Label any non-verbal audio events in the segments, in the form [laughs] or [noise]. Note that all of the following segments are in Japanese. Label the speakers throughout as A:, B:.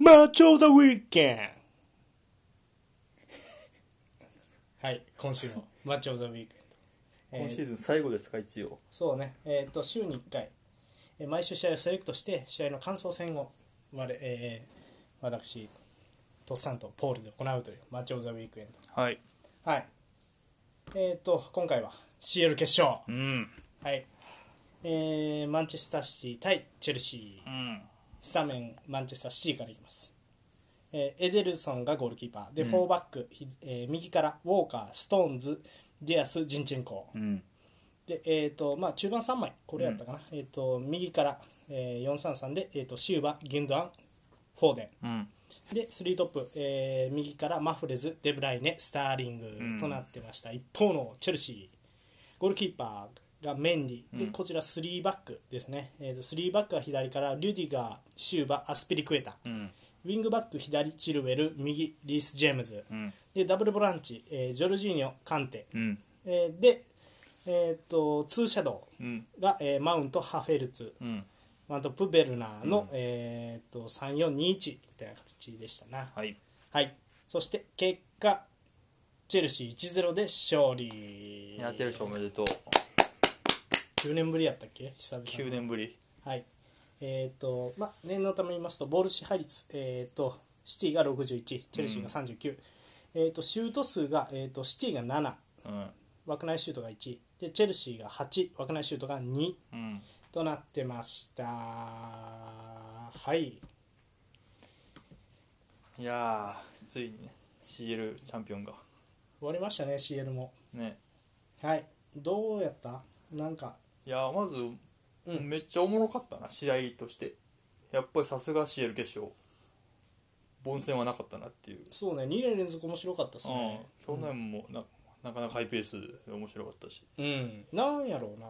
A: Match of the Weekend! はい、今週の Match of the Weekend。えー
B: [laughs] 今シーズン最後ですか一応
A: そうね、えっ、と、週に1回、えー毎週試合をセレクトして、試合の感想戦を、我々えー私、とっさんとポールで行うという、マッチョ・オブ・ザ・ウィークエン
B: はい
A: ド。はい。えっ、と、今回は CL 決勝。
B: うん
A: はい。えーマンチェスターシティ対チェルシー。
B: ん
A: スタメン、マンチェスターシティからいきます。えーエデルソンがゴールキーパー。で、フォーバック、ひえー右からウォーカー、ストーンズ、ディアス、ジンチェンコ。
B: うん
A: でえーとまあ、中盤3枚、これやったかな、えー、と右から、えー、433で、えー、とシューバ、ギュンドアン、フォーデ
B: うん
A: ン、で3トップ、えー右からマフレズ、デブライネ、スターリン
B: ん
A: グとなってました、一方のチェルシー、ゴールキーパーがメンディ、でこちら3バックですね、えー、と3バックは左からリュディガー、シューバ、アスピリクエタ、
B: うん
A: ウィングバック左、チルウェル、右、リース・ジェームズ、
B: うん
A: でダブルボランチ、えージョルジーニョ、カンテ、
B: うん
A: えーで、えー、とツーシャドウ。
B: うん
A: が、えーマウント、ハフェルツ、
B: うん
A: マウント、プベルナーの、えー、と3421みたいな形でしたな。
B: はい
A: はい、そして結果、チェルシー1-0で勝利。
B: やってる人おめでとう
A: 9年ぶりやったっけ久々に
B: 9年ぶり
A: はい。えっ、と、まあ、念のため言いますと、ボール支配率、えっ、と、シティが61、チェルシーが39、えっ、と、シュート数が、えっ、と、シティが7、
B: うん
A: 枠内シュートが1、で、チェルシーが8、枠内シュートが2。
B: うん
A: となってましたはい
B: いやーついにね CL チャンピオンが
A: 終わりましたね CL も
B: ね
A: はいどうやったなんか
B: いやーまず、
A: うん
B: めっちゃおもろかったな試合としてやっぱりさすが CL 決勝凡戦はなかったなっていう
A: そうね2年連続面白かったですね
B: うん、去年もな,、なかなかハイペースで面白かったし、
A: うんなんやろうな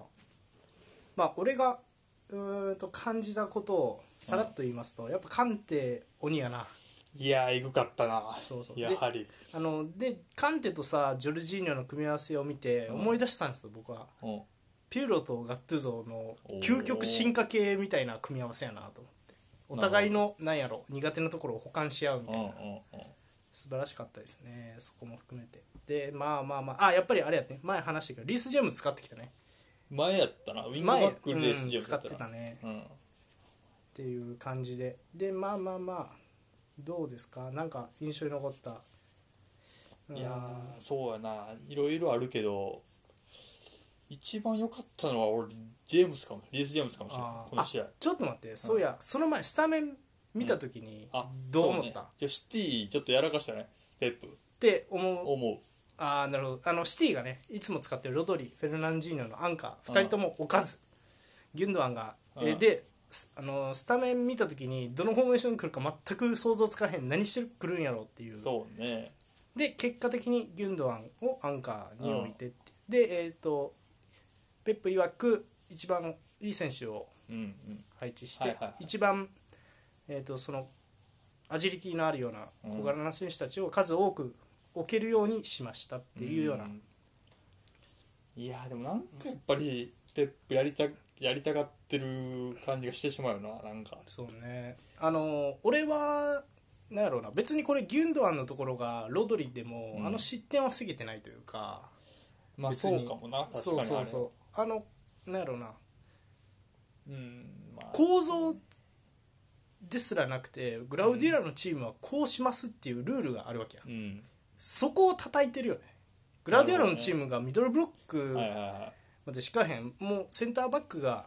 A: まあ俺がうーんと感じたことをさらっと言いますと、やっぱカンテ鬼やない
B: やーえぐかったな
A: そうそう
B: やはり
A: あのでカンテとさジョルジーニョの組み合わせを見て
B: うん
A: 思い出したんですよ、僕は
B: うん
A: ピューロとガットゥーゾの
B: おー
A: 究極進化系みたいな組み合わせやなと思ってお互いのなんやろ苦手なところを補完し合うみた
B: うん
A: い
B: うん
A: な素晴らしかったですねそこも含めてでまあまあまああやっぱりあれやね前話したけどリース・ジェームズ使ってきたね
B: うん前やったなウィングバ
A: 前
B: ックレース
A: う
B: ジェ
A: ん
B: ム
A: 使
B: だっ
A: ったて
B: な
A: たねっ
B: うん
A: ていう感じででまあまあまあどうですかなんか印象に残ったうん
B: いやーそうやないろいろあるけど一番良かったのは俺ジェームスかもリース・ジェームスかもしれない
A: あー
B: この試合
A: ちょっと待ってそうや、その前スタメン見た時にどう思った、
B: そねいやシティちょっとやらかしたねスペップ
A: って思う
B: 思う
A: ああなるほどあのシティがねいつも使ってるロドリフェルナンジーニョのアンカー2人ともおかずギュンドアンが、えー
B: うん
A: ですあのスタメン見た時にどのフォーメーションに来るか全く想像つかへん何してくるんやろうっていう
B: そうね
A: で結果的にギュンドアンをアンカーに置いてって、でえっ、とペップ曰く一番いい選手を
B: うんうん
A: 配置して、
B: はいはいはい
A: 一番、えー、とそのアジリティのあるような小柄な選手たちを数多く置けるようにしましたっていうような、
B: んいやでもなんかやっぱりペップやりたやりたがってる感じがしてしまうよななんか
A: そうねあの俺はなんやろうな別にこれギュンドアンのところがロドリでも、
B: うん
A: あの失点は防げてないというか
B: まあ
A: 別
B: そ
A: に
B: うかもな確かに
A: そう
B: あ
A: そう
B: れ
A: そうあのなんやろうな
B: うんまあ
A: 構造ですらなくてグラウディラのチームはこうしますっていうルールがあるわけや、
B: うん
A: そこを叩いてるよねグラウディラのチームがミドルブロック
B: はいはいはい
A: までしかへんもうセンターバックが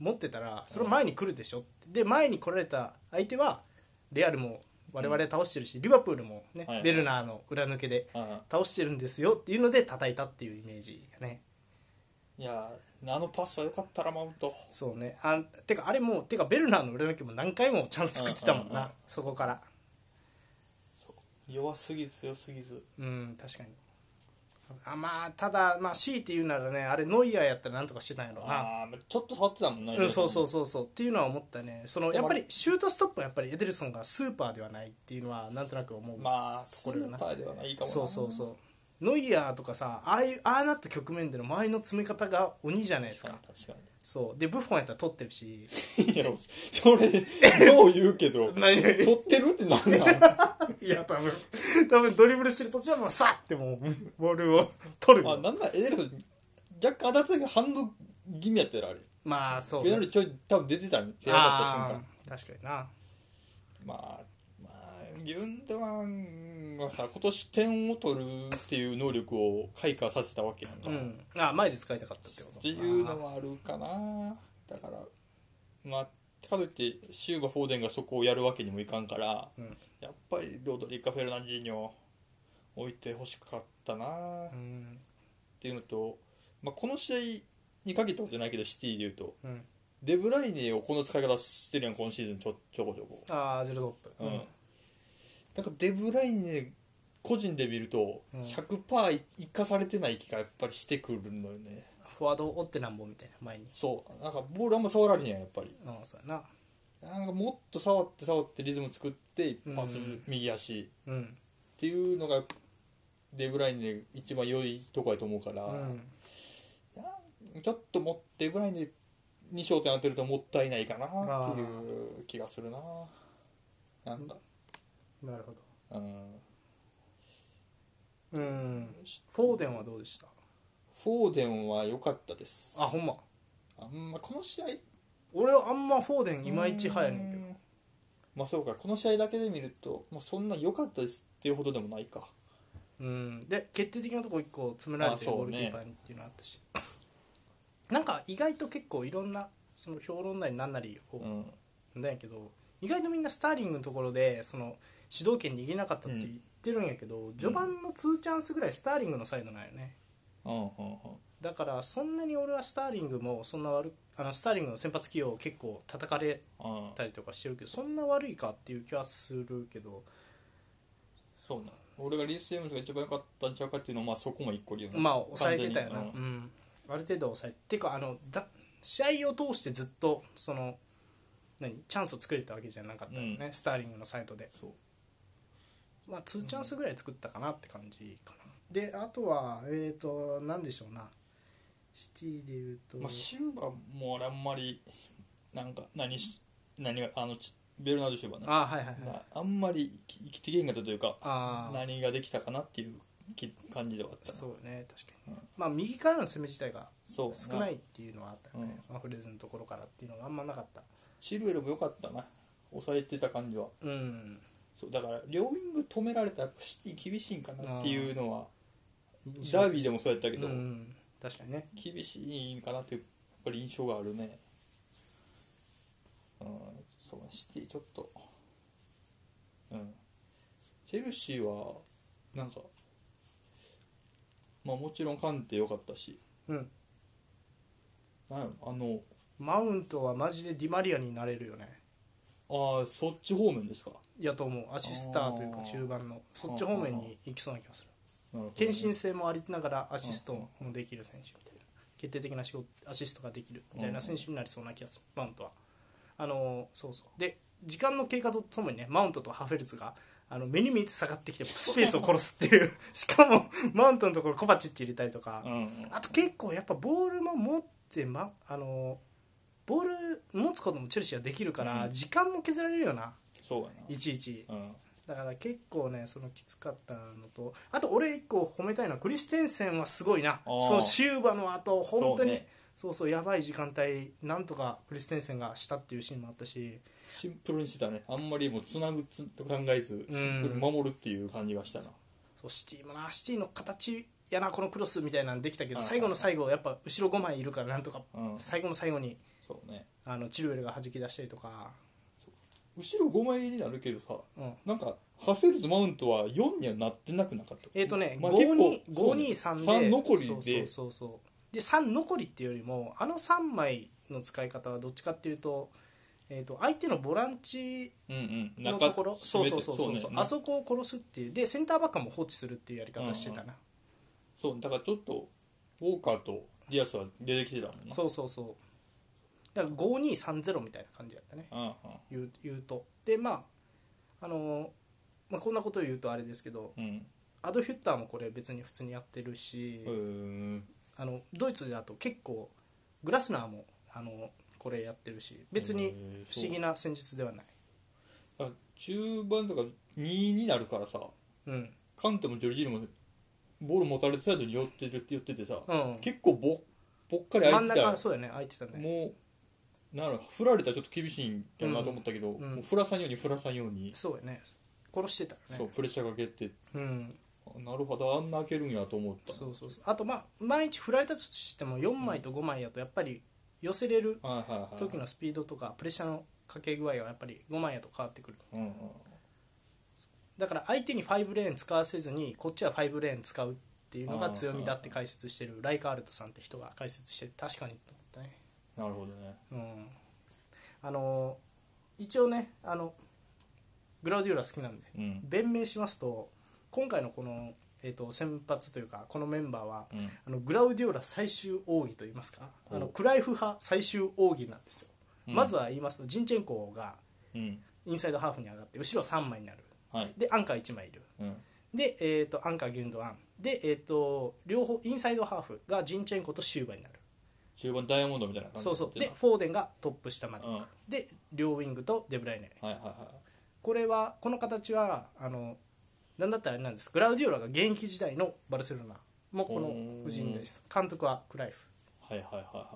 A: 持ってたらそれは前に来るでしょ、で前に来られた相手はレアルも我々倒してるし、リバプールもね、
B: はいはい
A: ベルナーの裏抜けで
B: うん
A: 倒してるんですよっていうので叩いたっていうイメージがね
B: いやあのパスは良かったらマウント
A: そうねあてかあれもてかベルナーの裏抜けも何回もチャンス作ってたもんな、
B: うんうんうん
A: そこから
B: 弱すぎず強すぎず
A: うん確かにあまあただまあ強いて言うならねあれノイアーやったらなんとかしてたんやろうな
B: ああちょっと触ってたもんな
A: うん、そうそうそうそうっていうのは思ったねその
B: で
A: やっ
B: も
A: ぱりシュートストップはやっぱりエデルソンがスーパーではないっていうのはなんとなく思う、
B: まあス
A: これだ
B: ー
A: な
B: パーではないかもな
A: そうそうそうノイアーとかさああいうああなった局面での周りの詰め方が鬼じゃないです
B: 確か
A: か
B: に確かに
A: そうでブッフォンやったら取ってる
B: [laughs]
A: し
B: いやそれよう言うけど
A: 何々
B: 取ってるってなんな
A: [laughs]
B: ん [laughs]
A: いや多分 [laughs] 多分ドリブルしてる途中はもうさってもうボールを取る
B: あ
A: よ
B: なんなんエデルソン若干当たってたけど反応気味やったらあれ
A: まあそう
B: ペ
A: ね
B: ナルティちょい多分出てたん手当たった瞬
A: あ
B: 間
A: ー確かにな
B: まあまあギュンドアンはさ今年点を取るっていう能力を開花させたわけやんか、
A: う
B: っ
A: んあ前で使いたかったってこと
B: ていうのはあるかなだからまあかといってシューバ・フォーデンがそこをやるわけにもいかんから、
A: うん
B: やっぱりロドリカ・フェルナンジーニョ置いてほしかったなっ
A: うん
B: ていうのと、まあ、この試合に限ったことじゃないけどシティでいうと
A: うん
B: デブライネをこの使い方してるやん今シーズンちょちょこちょこ
A: ああジルドップ
B: うんなんかデブライネ個人で見ると
A: うん
B: 100%生かされてない気がやっぱりしてくるのよね
A: フォワードを追ってなんぼみたいな前に
B: そうなんかボールあんま触られへんやんやっぱり
A: うんそうやな
B: なんかもっと触って触ってリズム作って一発
A: うん
B: 右足っ
A: うん
B: ていうのがデブライネ一番良いとこやと思うから、
A: うん
B: ちょっともデブライネに焦点当てるともったいないかなっていう気がするななんだ
A: なるほど
B: うん
A: うんフォーデンはどうでした
B: フォーデンは良かったです
A: あほんま
B: あんまこの試合
A: 俺はあんまフォーデンいまいち早いねんけど
B: どまあそうかこの試合だけで見ると、まあ、そんな良かったですっていうほどでもないか
A: うんで決定的なとこ一個詰められて
B: あそうね
A: ゴールキーパーにっていうのあったしなんか意外と結構いろんなその評論なりなんなりを
B: うん
A: なんやけど意外とみんなスターリングのところでその主導権握れなかったって言ってるんやけど、序盤の2チャンスぐらいスターリングのサイドなんよね
B: うんうん
A: だからそんなに俺はスターリングもそんな悪くあのスターリングの先発起用を結構叩かれ
B: うんうん
A: たりとかしてるけどそんな悪いかっていう気はするけど
B: そうな俺がリース・ジェームズが一番良かったんちゃうかっていうのはまあそこも一個理由
A: まあ抑えてたよな、
B: 完
A: う
B: 全に
A: ん、ある程度抑えててかあのだ試合を通してずっとその何チャンスを作れたわけじゃなかったよね、スターリングのサイトで
B: そう
A: まあ2チャンスぐらい作ったかなって感じかな、であとはえっ、ー、と何でしょうなシティでいうと、
B: まあシューバも俺あんまりなんか何し何があのちベルナード・シューバーね
A: あはいはいはい
B: なあんまり生き生きてけんかったというか
A: ああ
B: 何ができたかなっていうき感じではあったな
A: そうね確かに、
B: うん
A: まあ右からの攻め自体が
B: そう
A: 少ないっていうのはあったよね、
B: う
A: まあフレーズのところからっていうのがあんまなかった
B: シルエルも良かったな抑えてた感じは
A: うん
B: そうだから両ウィング止められたらやっぱシティ厳しいんかなっていうのはダ
A: ダ
B: ービーでもそうやったけど、
A: うん、確かにね
B: 厳しいんかなっていうやっぱり印象があるねうんそうシティちょっとうんチェルシーはなんかまあもちろん鑑定良かったし
A: うん
B: なんやろあの
A: マウントはマジでディマリアになれるよね
B: ああそっち方面ですか
A: やと思うアシスターというか
B: あー
A: 中盤のそっち方面に行きそうな気がする
B: なるほどね
A: 献身性もありながらアシストもできる選手みたいな決定的な仕事アシストができるみたいな選手になりそうな気がするマウントはあのそうそうで時間の経過とともにねマウントとハフェルツがあの目に見えて下がってきてスペースを殺すっていう [laughs] しかもマウントのところコバチッチ入れたりとか、
B: うんうん
A: あと結構やっぱボールも持って、ま、あのボール持つこともチェルシーはできるから、
B: うん
A: 時間も削られるよな
B: そうや
A: いちいち
B: なうん
A: だから結構ねそのきつかったのとあと俺一個褒めたいのはクリステンセンはすごいな
B: あー
A: そのシューバの後本当にそう,、
B: そ
A: そ
B: うね
A: うやばい時間帯なんとかクリステンセンがしたっていうシーンもあったし
B: シンプルにしてたねあんまりもうつなぐつと考えずシンプルに守るっていう感じがしたな、
A: そうシティもなシティの形やなこのクロスみたいなのできたけど
B: あー
A: 最後の最後やっぱ後ろ5枚いるからなんとか
B: うん
A: 最後の最後に
B: そうね
A: あのチルウェルが弾き出したりとか、
B: 後ろ5枚になるけどさ
A: うん、
B: なんかハフェルズマウントは4にはなってなくなかった
A: えっ、とね、
B: まあ
A: 5
B: 結
A: に
B: 構そうね
A: 523で
B: 三残りで
A: そうそうそうそうで3残りっていうよりもあの3枚の使い方はどっちかっていうと,、えー、と相手のボランチ
B: うんうん
A: のところそうそうそうそう
B: ね
A: そうあそこを殺すっていうでセンターバックも放置するっていうやり方してたな、
B: そうだからちょっとウォーカーとディアスは出てきてたもんな
A: そうそうそうだから5230みたいな感じやったね
B: うんうん
A: 言う言うとでまああのーまあ、こんなことを言うとあれですけど
B: うん
A: アドヒュッターもこれ別に普通にやってるし、
B: うーん
A: あのドイツだと結構グラスナーもああのこれやってるし別に不思議
B: な
A: な戦術ではない、
B: 中盤とか2になるからさ
A: うん
B: カンテもジョルジーノもボール持たれてサイドに寄ってるって寄っててさ、
A: うん、
B: 結構ぼぽっかり
A: 真
B: 空
A: ん
B: いてたら
A: 中そうやね空いてたね
B: もうなる振られたらちょっと厳しいんやなと思ったけど、
A: うん
B: もう振らさんように振らさんように、
A: そうやね殺してたよね
B: そうプレッシャーかけて
A: うん、
B: あなるほどあんな開けるんやと思った
A: そうそうそうあとまあ毎日振られたとしても4枚と5枚やとやっぱり寄せれる
B: はいはいはい
A: 時のスピードとかプレッシャーのかけ具合はやっぱり5枚やと変わってくる
B: うんうん
A: だから相手に5レーン使わせずにこっちは5レーン使うっていうのが強みだって解説してるライカールトさんって人が解説してて確かにと思ったね
B: なるほどね
A: うんあの一応ねあのグラウディオラ好きなんで
B: うん
A: 弁明しますと今回のこの、えー、と先発というかこのメンバーは
B: うん
A: あのグラウディオラ最終奥義と言いますかあの
B: お
A: クライフ派最終奥義なんですよ、
B: うん
A: まずは言いますとジンチェンコが
B: うん
A: インサイドハーフに上がって後ろ3枚になる
B: はい
A: でアンカー1枚いる
B: うん
A: で、えー、とアンカーギュンドアンで、えー、と両方インサイドハーフがジンチェンコとシューバになる
B: 中盤ダイヤモンドみたいな感じ
A: そうそう
B: にな
A: で
B: って
A: フォーデンがトップ下まで
B: るなうんは
A: で両ウィングとデブライネ
B: いはいは
A: これはこの形はあのなんだったらあれなんですグラウディオラが現役時代のバルセロナもこの布陣です監督はクライフ
B: いはいはいはいは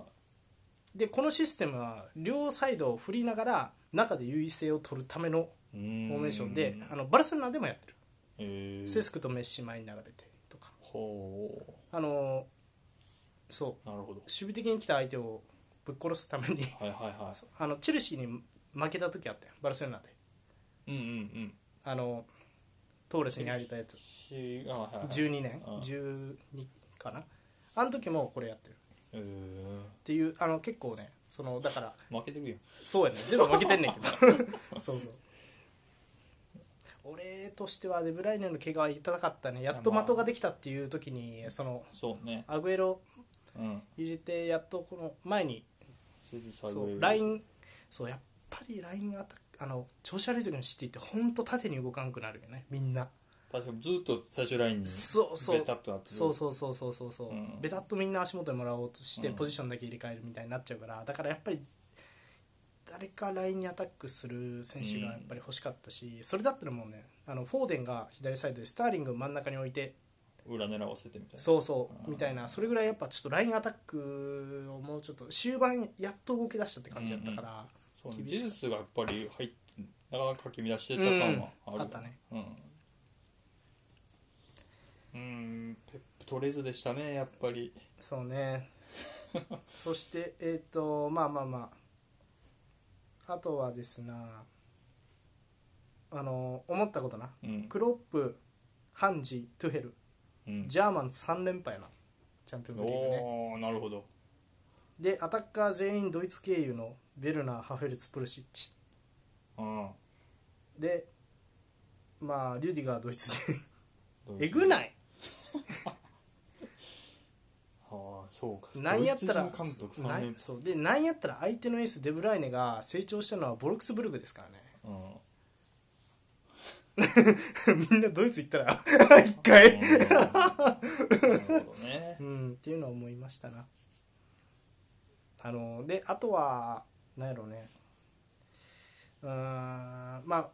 A: でこのシステムは両サイドを振りながら中で優位性を取るための
B: いうん
A: フォーメーションであのバルセロナでもやってる、
B: えー
A: セスクとメッシ前に流れてとか
B: ほ
A: あのそう
B: なるほど
A: 守備的に来た相手をぶっ殺すために
B: はいはいは
A: そうあのチェルシーに負けた時あったよバルセロナで
B: いうんうんうん
A: あのトーレスにあげたやつ
B: しあはいはい
A: 12年
B: うん
A: 12かなあの時もこれやってるっ
B: えー
A: ていうあの結構ねそのだから
B: 負けてるやん
A: そうやね全部負けてんねんけ
B: [laughs]
A: どそうそう俺としてはデブライネの怪我は痛かったねやっと的ができたっていう時にその
B: そうね
A: アグエロ
B: うん
A: 入れてやっとこの前に
B: それで最
A: そ
B: 後
A: うラインそうやっぱりラインアタックあの調子悪い時のシティって本当縦に動かんくなるよねみんな
B: 確かにずっと最終ラインに
A: そうそう
B: ベタっとなってる
A: そうそうそうそうそうそう、
B: うん
A: ベタっとみんな足元にもらおうとして
B: うん
A: ポジションだけ入れ替えるみたいになっちゃうからだからやっぱり誰かラインにアタックする選手がやっぱり欲しかったし、それだったらもうねあのフォーデンが左サイドでスターリング真ん中に置いて
B: 裏狙わせてみたいな
A: そうそううんみたいなそれぐらいやっぱちょっとラインアタックをもうちょっと終盤やっと動き出したって感じだったから、
B: そうね
A: 厳しかっ
B: 技
A: た
B: 術がやっぱり入ってなかなかかき乱してた感はある、
A: うんあったね
B: うんうんペップ取れずでしたねやっぱり
A: そうね [laughs] そしてえっ、とまあまあまああとはですなあの思ったことな
B: うん、
A: クロップハンジトゥヘル
B: うん、
A: ジャーマン3連覇やなチャンピオンズリーグね
B: おおなるほど
A: でアタッカー全員ドイツ経由のベルナーハフェルツプルシッチ
B: うん
A: でまあリュディガードイツ
B: [laughs]
A: 人
B: ドイツ
A: えぐない
B: ああそうか
A: なんやったら
B: ドイツ人監督
A: な
B: 3
A: ん
B: 年
A: そうでなんやったら相手のエースデブライネが成長したのはボルクスブルグですからね
B: うん
A: みんなドイツ行ったら一回
B: うんなるほど
A: [laughs]
B: ね
A: うんっていうのは思いましたなあのであとはなんやろうねうーんま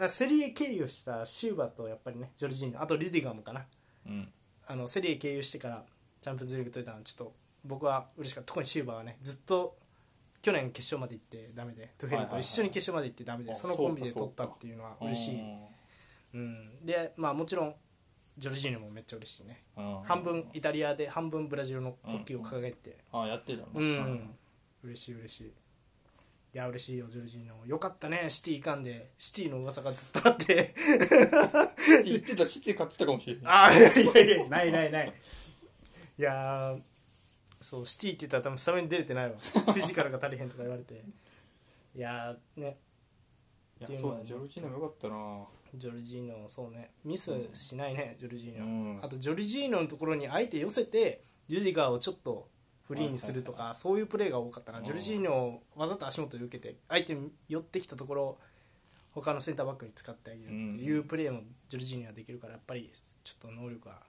A: あセリエ経由したシューバとやっぱりねジョルジーニョあとリュディガーもかな
B: うん
A: あのセリエ経由してからチャンピオンズリーグ取れたのはちょっと僕は嬉しかった特にシューバーはねずっと去年決勝まで行ってダメでトゥヘルと一緒に決勝まで行ってダメで、
B: はいはい
A: そ
B: はい
A: のコンビで取ったっていうのは嬉しい、うん、でまあもちろんジョルジーニョもめっちゃ嬉しいね
B: うん
A: 半分イタリアで半分ブラジルの国旗を掲げて
B: ああやってたな
A: うん、嬉しい嬉しいいや嬉しいよジョルジーノよかったねシティ行かんでシティの噂がずっとあって
B: シティ行ってたシティ買ってたかもしれな
A: [laughs]
B: い
A: ああいやいやいやないないないいやーそうシティって言ったら多分スタメンに出れてないわフィジカルが足りへんとか言われていやーね
B: いやそうねジョルジーナもよかったな
A: ジョルジーノそうねミスしないね、ジョルジーノ、
B: うん
A: あとジョルジーノのところに相手寄せてジュディガーをちょっとフリーにするとか、そういうプレーが多かったな、
B: うん
A: ジョルジーノをわざと足元で受けて相手に寄ってきたところを他のセンターバックに使ってあげるっていうプレーもジョルジーノはできるからやっぱりちょっと能力は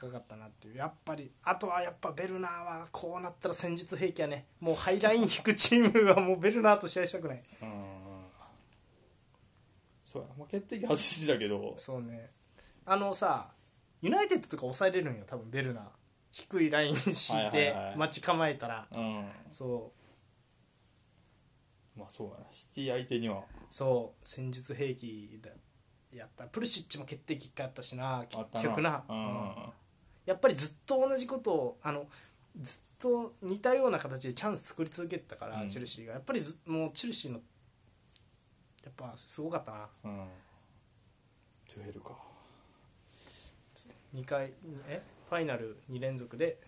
A: 高高かったなっていうやっぱりあとはやっぱベルナーはこうなったら戦術兵器はねもうハイライン引くチームはもうベルナーと試合したくない
B: うんそうや、まあ、決定機外してたけど
A: そうねあのさユナイテッドとか抑えれるんよ多分ベルナー低いライン敷い
B: はい
A: て
B: はいはい
A: 待ち構えたら、
B: うん
A: そう
B: まあそうやなシティ相手には
A: そう戦術兵器だやったプルシッチも決定機1回あったしな
B: あった
A: 結局な、
B: う
A: うん
B: ん
A: やっぱりずっと同じことをあのずっと似たような形でチャンス作り続けてたから、
B: うん
A: チェルシーがやっぱりずもうチェルシーのやっぱすごかったな
B: うんトゥエルか
A: 2回えファイナル2連続で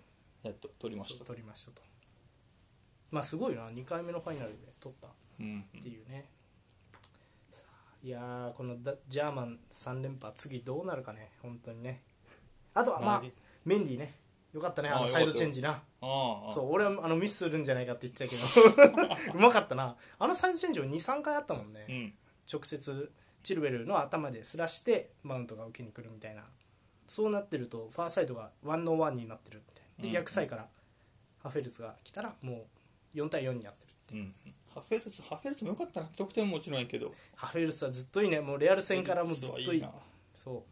B: やっと取りまし
A: そう
B: た
A: 取りましたとまあすごいな2回目のファイナルで取った
B: うん
A: っていうね、いやーこのだジャーマン3連覇次どうなるかね本当にねあとはまあ
B: 投げ
A: メンディーねよかったねあ
B: あ
A: の
B: ー
A: サイドチェンジな
B: ああ
A: そう俺はあのミスするんじゃないかって言ってた [laughs] けどうまかったなあのサイドチェンジを23回あったもんね、
B: うん
A: 直接チルベルの頭ですらしてマウントが受けに来るみたいなそうなってるとファーサイドがワンのワンになってるみたいなで
B: うん
A: 逆サイからハフェルツが来たらもう4対4になってる
B: うんハフェルツハフェルツもよかったな得点ももちろんやけど
A: ハフェルツはずっといいねもうレアル戦からもうずっといい
B: はいいな
A: そ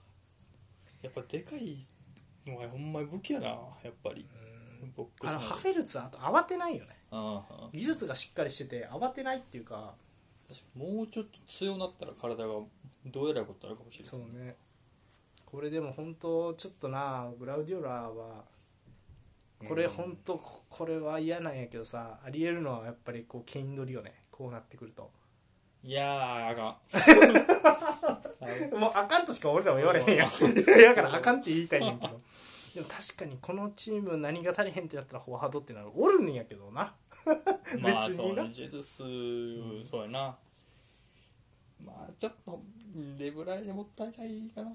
B: やっぱでかいのがほんまに武器やなやっぱりボッ
A: う
B: ク
A: あ
B: ス
A: の
B: の
A: ハフェルツはあと慌てないよね
B: ああ
A: 技術がしっかりしてて慌てないっていうか
B: もうちょっと強なったら体がどうやらいことになるかもしれない
A: そうねこれでも本当ちょっとなグラウディオラはこれ本当ここれは嫌なんやけどさありえるのはやっぱりこうケイン取りよねこうなってくると
B: いやーあか
A: [laughs]
B: んはい
A: もうあかんとしか俺らも言われへんやん [laughs] いやだからあかんって言いたいねんけどでも確かにこのチーム何が足りへんってなったらフォワードってなるおるんやけど [laughs] な
B: まあ
A: 別
B: そ
A: に
B: う
A: な
B: ねジェズス、そうやなまあちょっとレブライでもったいないかな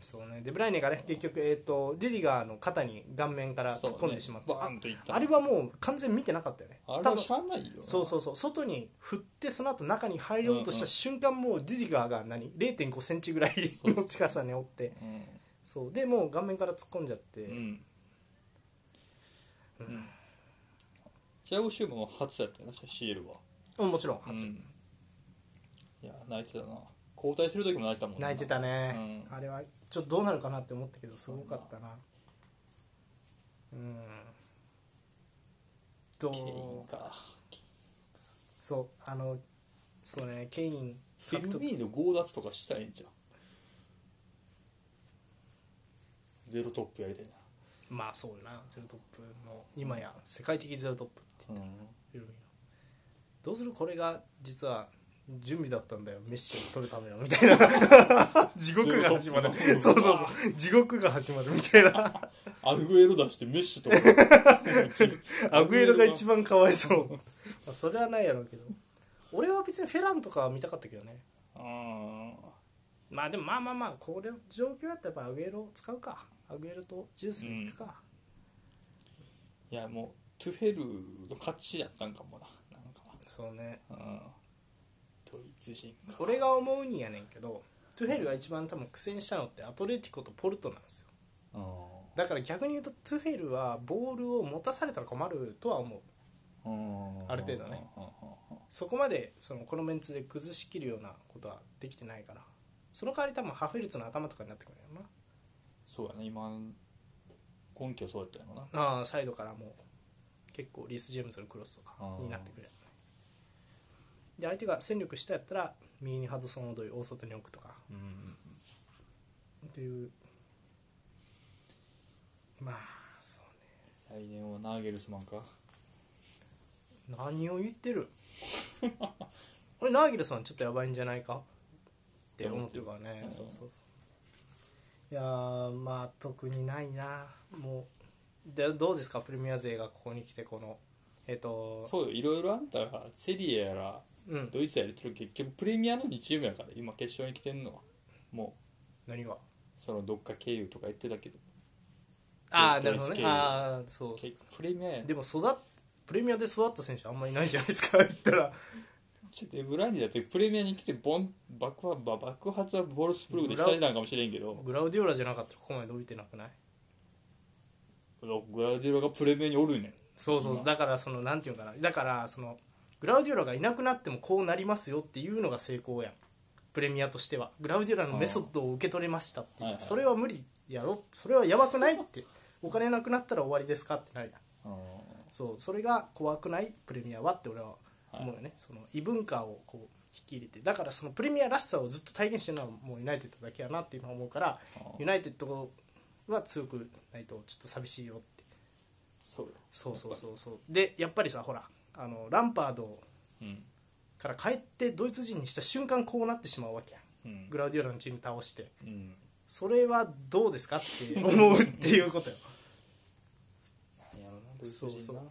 A: そうねデブライネがね結局、えー、とディディガーの肩に顔面から突っ込んでしまった、
B: そうねバーンといった
A: ああれはもう完全に見てなかったよね
B: あれ
A: 多
B: は
A: 分
B: しゃあないよな
A: そうそうそう外に振ってその後中に入ろうとした瞬間、もうディディガーが何0 5センチぐらいの近さにおって
B: うん
A: そうでもう顔面から突っ込んじゃって、
B: うんうんチアゴ・シューマンは初やったよなシールは
A: うんもちろん初、
B: うんいや泣いてたな交代する時も泣いてたもんな
A: 泣いてたね、
B: うん
A: あれはちょっとどうなるかなって思ったけどすごかったなうんど
B: ケイン
A: う
B: か
A: そうあのそうねケイン
B: フィルミーノ強奪とかしたいんじゃんゼロトップやりたい
A: まあそうよなゼロトップの今や世界的ゼロトップって
B: な、
A: フィルミーノどうするこれが実は準備だったんだよメッシを取るためのみたいな [laughs] 地獄が始まる
B: ゼロトップの
A: そうそうそう地獄が始まるみたい [laughs] な
B: アルグエロ出してメッシとか
A: [laughs] アグエロが一番かわいそうまあそれはないやろうけど俺は別にフェランとかは見たかったけどね
B: 番
A: まあでもまあまあまあこれ状況やったらやっぱアグエロ使うかアグエロとジュースいくか、
B: いやもうトゥフェルの勝ちやったんかもななんか
A: そうね
B: うんドイツ人か
A: 俺が思うにやねんけどトゥヘルが一番多分苦戦したのってアトレティコとポルトなんですよ
B: うん
A: だから逆に言うとトゥヘルはボールを持たされたら困るとは思うある程度ねそこまでそのこのメンツで崩しきるようなことはできてないからその代わり多分ハフェルツの頭とかになってくるよ
B: そうやね今根拠そうやったんやろな
A: なああサイドからもう結構リース・ジェームズのクロスとか
B: あー
A: になってくるよねで相手が戦力したやったら右にハドソンをどい大外に置くとか
B: うん
A: っていうまあそうね
B: 来年はナーゲルスマンか
A: 何を言ってる俺ナーギルさんちょっとやばいんじゃないかって思ってるからね
B: うん
A: そうそうそういやーまあ特にないなもうでどうですかプレミア勢がここに来てこのえっ、と
B: そうよいろいろあんたがセリエやら
A: うん
B: ドイツやるってるけど結局プレミアの2チームやから今決勝に来てんのはも
A: 何が
B: うそのどっか経由とか言ってたけど
A: ああな
B: ドイ
A: る
B: ツ
A: ほどね
B: 経由
A: ああそう
B: 結局プレミアやね
A: でも育っプレミアで育った選手あんまりいないじゃないですか言ったら
B: ちょっとエブラインだってプレミアに来てボン爆破ば爆発はボルスブルーでしたりなんかもしれんけど
A: グラウディオラじゃなかったらここまで伸びてなくない
B: グラウディオラがプレミアにおるね
A: そうそうそうだからそのなんていうのかなだからそのグラウディオラがいなくなってもこうなりますよっていうのが成功やんプレミアとしてはグラウディオラのメソッドを受け取れましたっていう
B: はいはい
A: それは無理やろそれはやばくないってお金なくなったら終わりですかってなるやん
B: あー
A: そうそれが怖くないプレミアはって俺は思うよね、その異文化をこう引き入れてだからそのプレミアらしさをずっと体現してるのはもうユナイテッドだけやなって今思うから
B: あ
A: ユナイテッドは強くないとちょっと寂しいよって
B: そうよ
A: そうそうそうそうでやっぱりさほらあのランパード
B: うん
A: から帰ってドイツ人にした瞬間こうなってしまうわけやん
B: うん
A: グラウディオラのチーム倒して
B: うん
A: それはどうですかって思うっていうことよ
B: なんやろなドイ
A: そ
B: ツ人
A: う
B: な
A: そう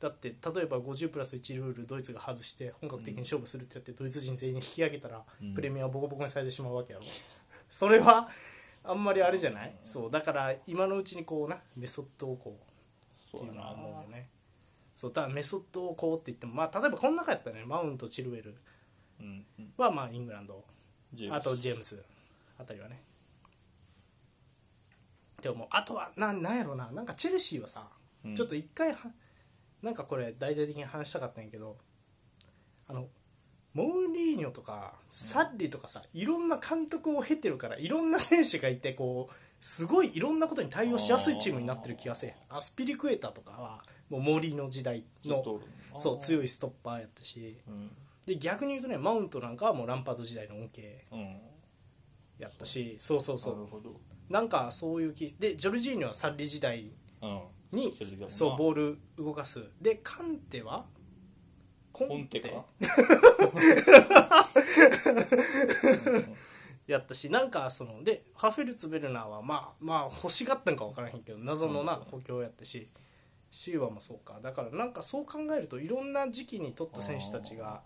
A: だって例えば50プラス1ルールドイツが外して本格的に勝負するってやってドイツ人全員に引き上げたら、
B: うん
A: プレミアをボコボコにされてしまうわけやろそれはあんまりあれじゃない、そうだから今のうちにこうなメソッドをこうっ
B: そう
A: てい
B: や
A: うの
B: な
A: は思うよねそうただメソッドをこうって言ってもまあ例えばこの中やったらねマウントチルウェル
B: うんうん
A: はまあイングランド
B: ジェーム
A: あ
B: ス
A: とジェームスあたりはねでもあとはななんやろななんかチェルシーはさ、
B: うん
A: ちょっと一回はなんかこれ大々的に話したかったんやけどあのモーリーニョとかサッリとかさ、いろんな監督を経てるからいろんな選手がいてこうすごいいろんなことに対応しやすいチームになってる気がせえアスピリクエタとかはもうモーリーニョ時代
B: ずっ
A: の
B: とおるな
A: そう強いストッパーやったし
B: うん
A: で逆に言うとねマウントなんかはもうランパード時代の恩恵
B: うん
A: やったしそうそう
B: な
A: そ
B: る
A: う
B: ほど
A: なんかそういう気でジョルジーニョはサッリ時代
B: うん
A: に
B: そうですね
A: そうボール動かすでカンテはコ
B: コンテか
A: やったしなんかそのでハフェルツ・ベルナーはまあまあ欲しがったんか分からへんけど謎のな
B: うん
A: 補強やったしシーワもそうかだからなんかそう考えるといろんな時期に取った選手たちが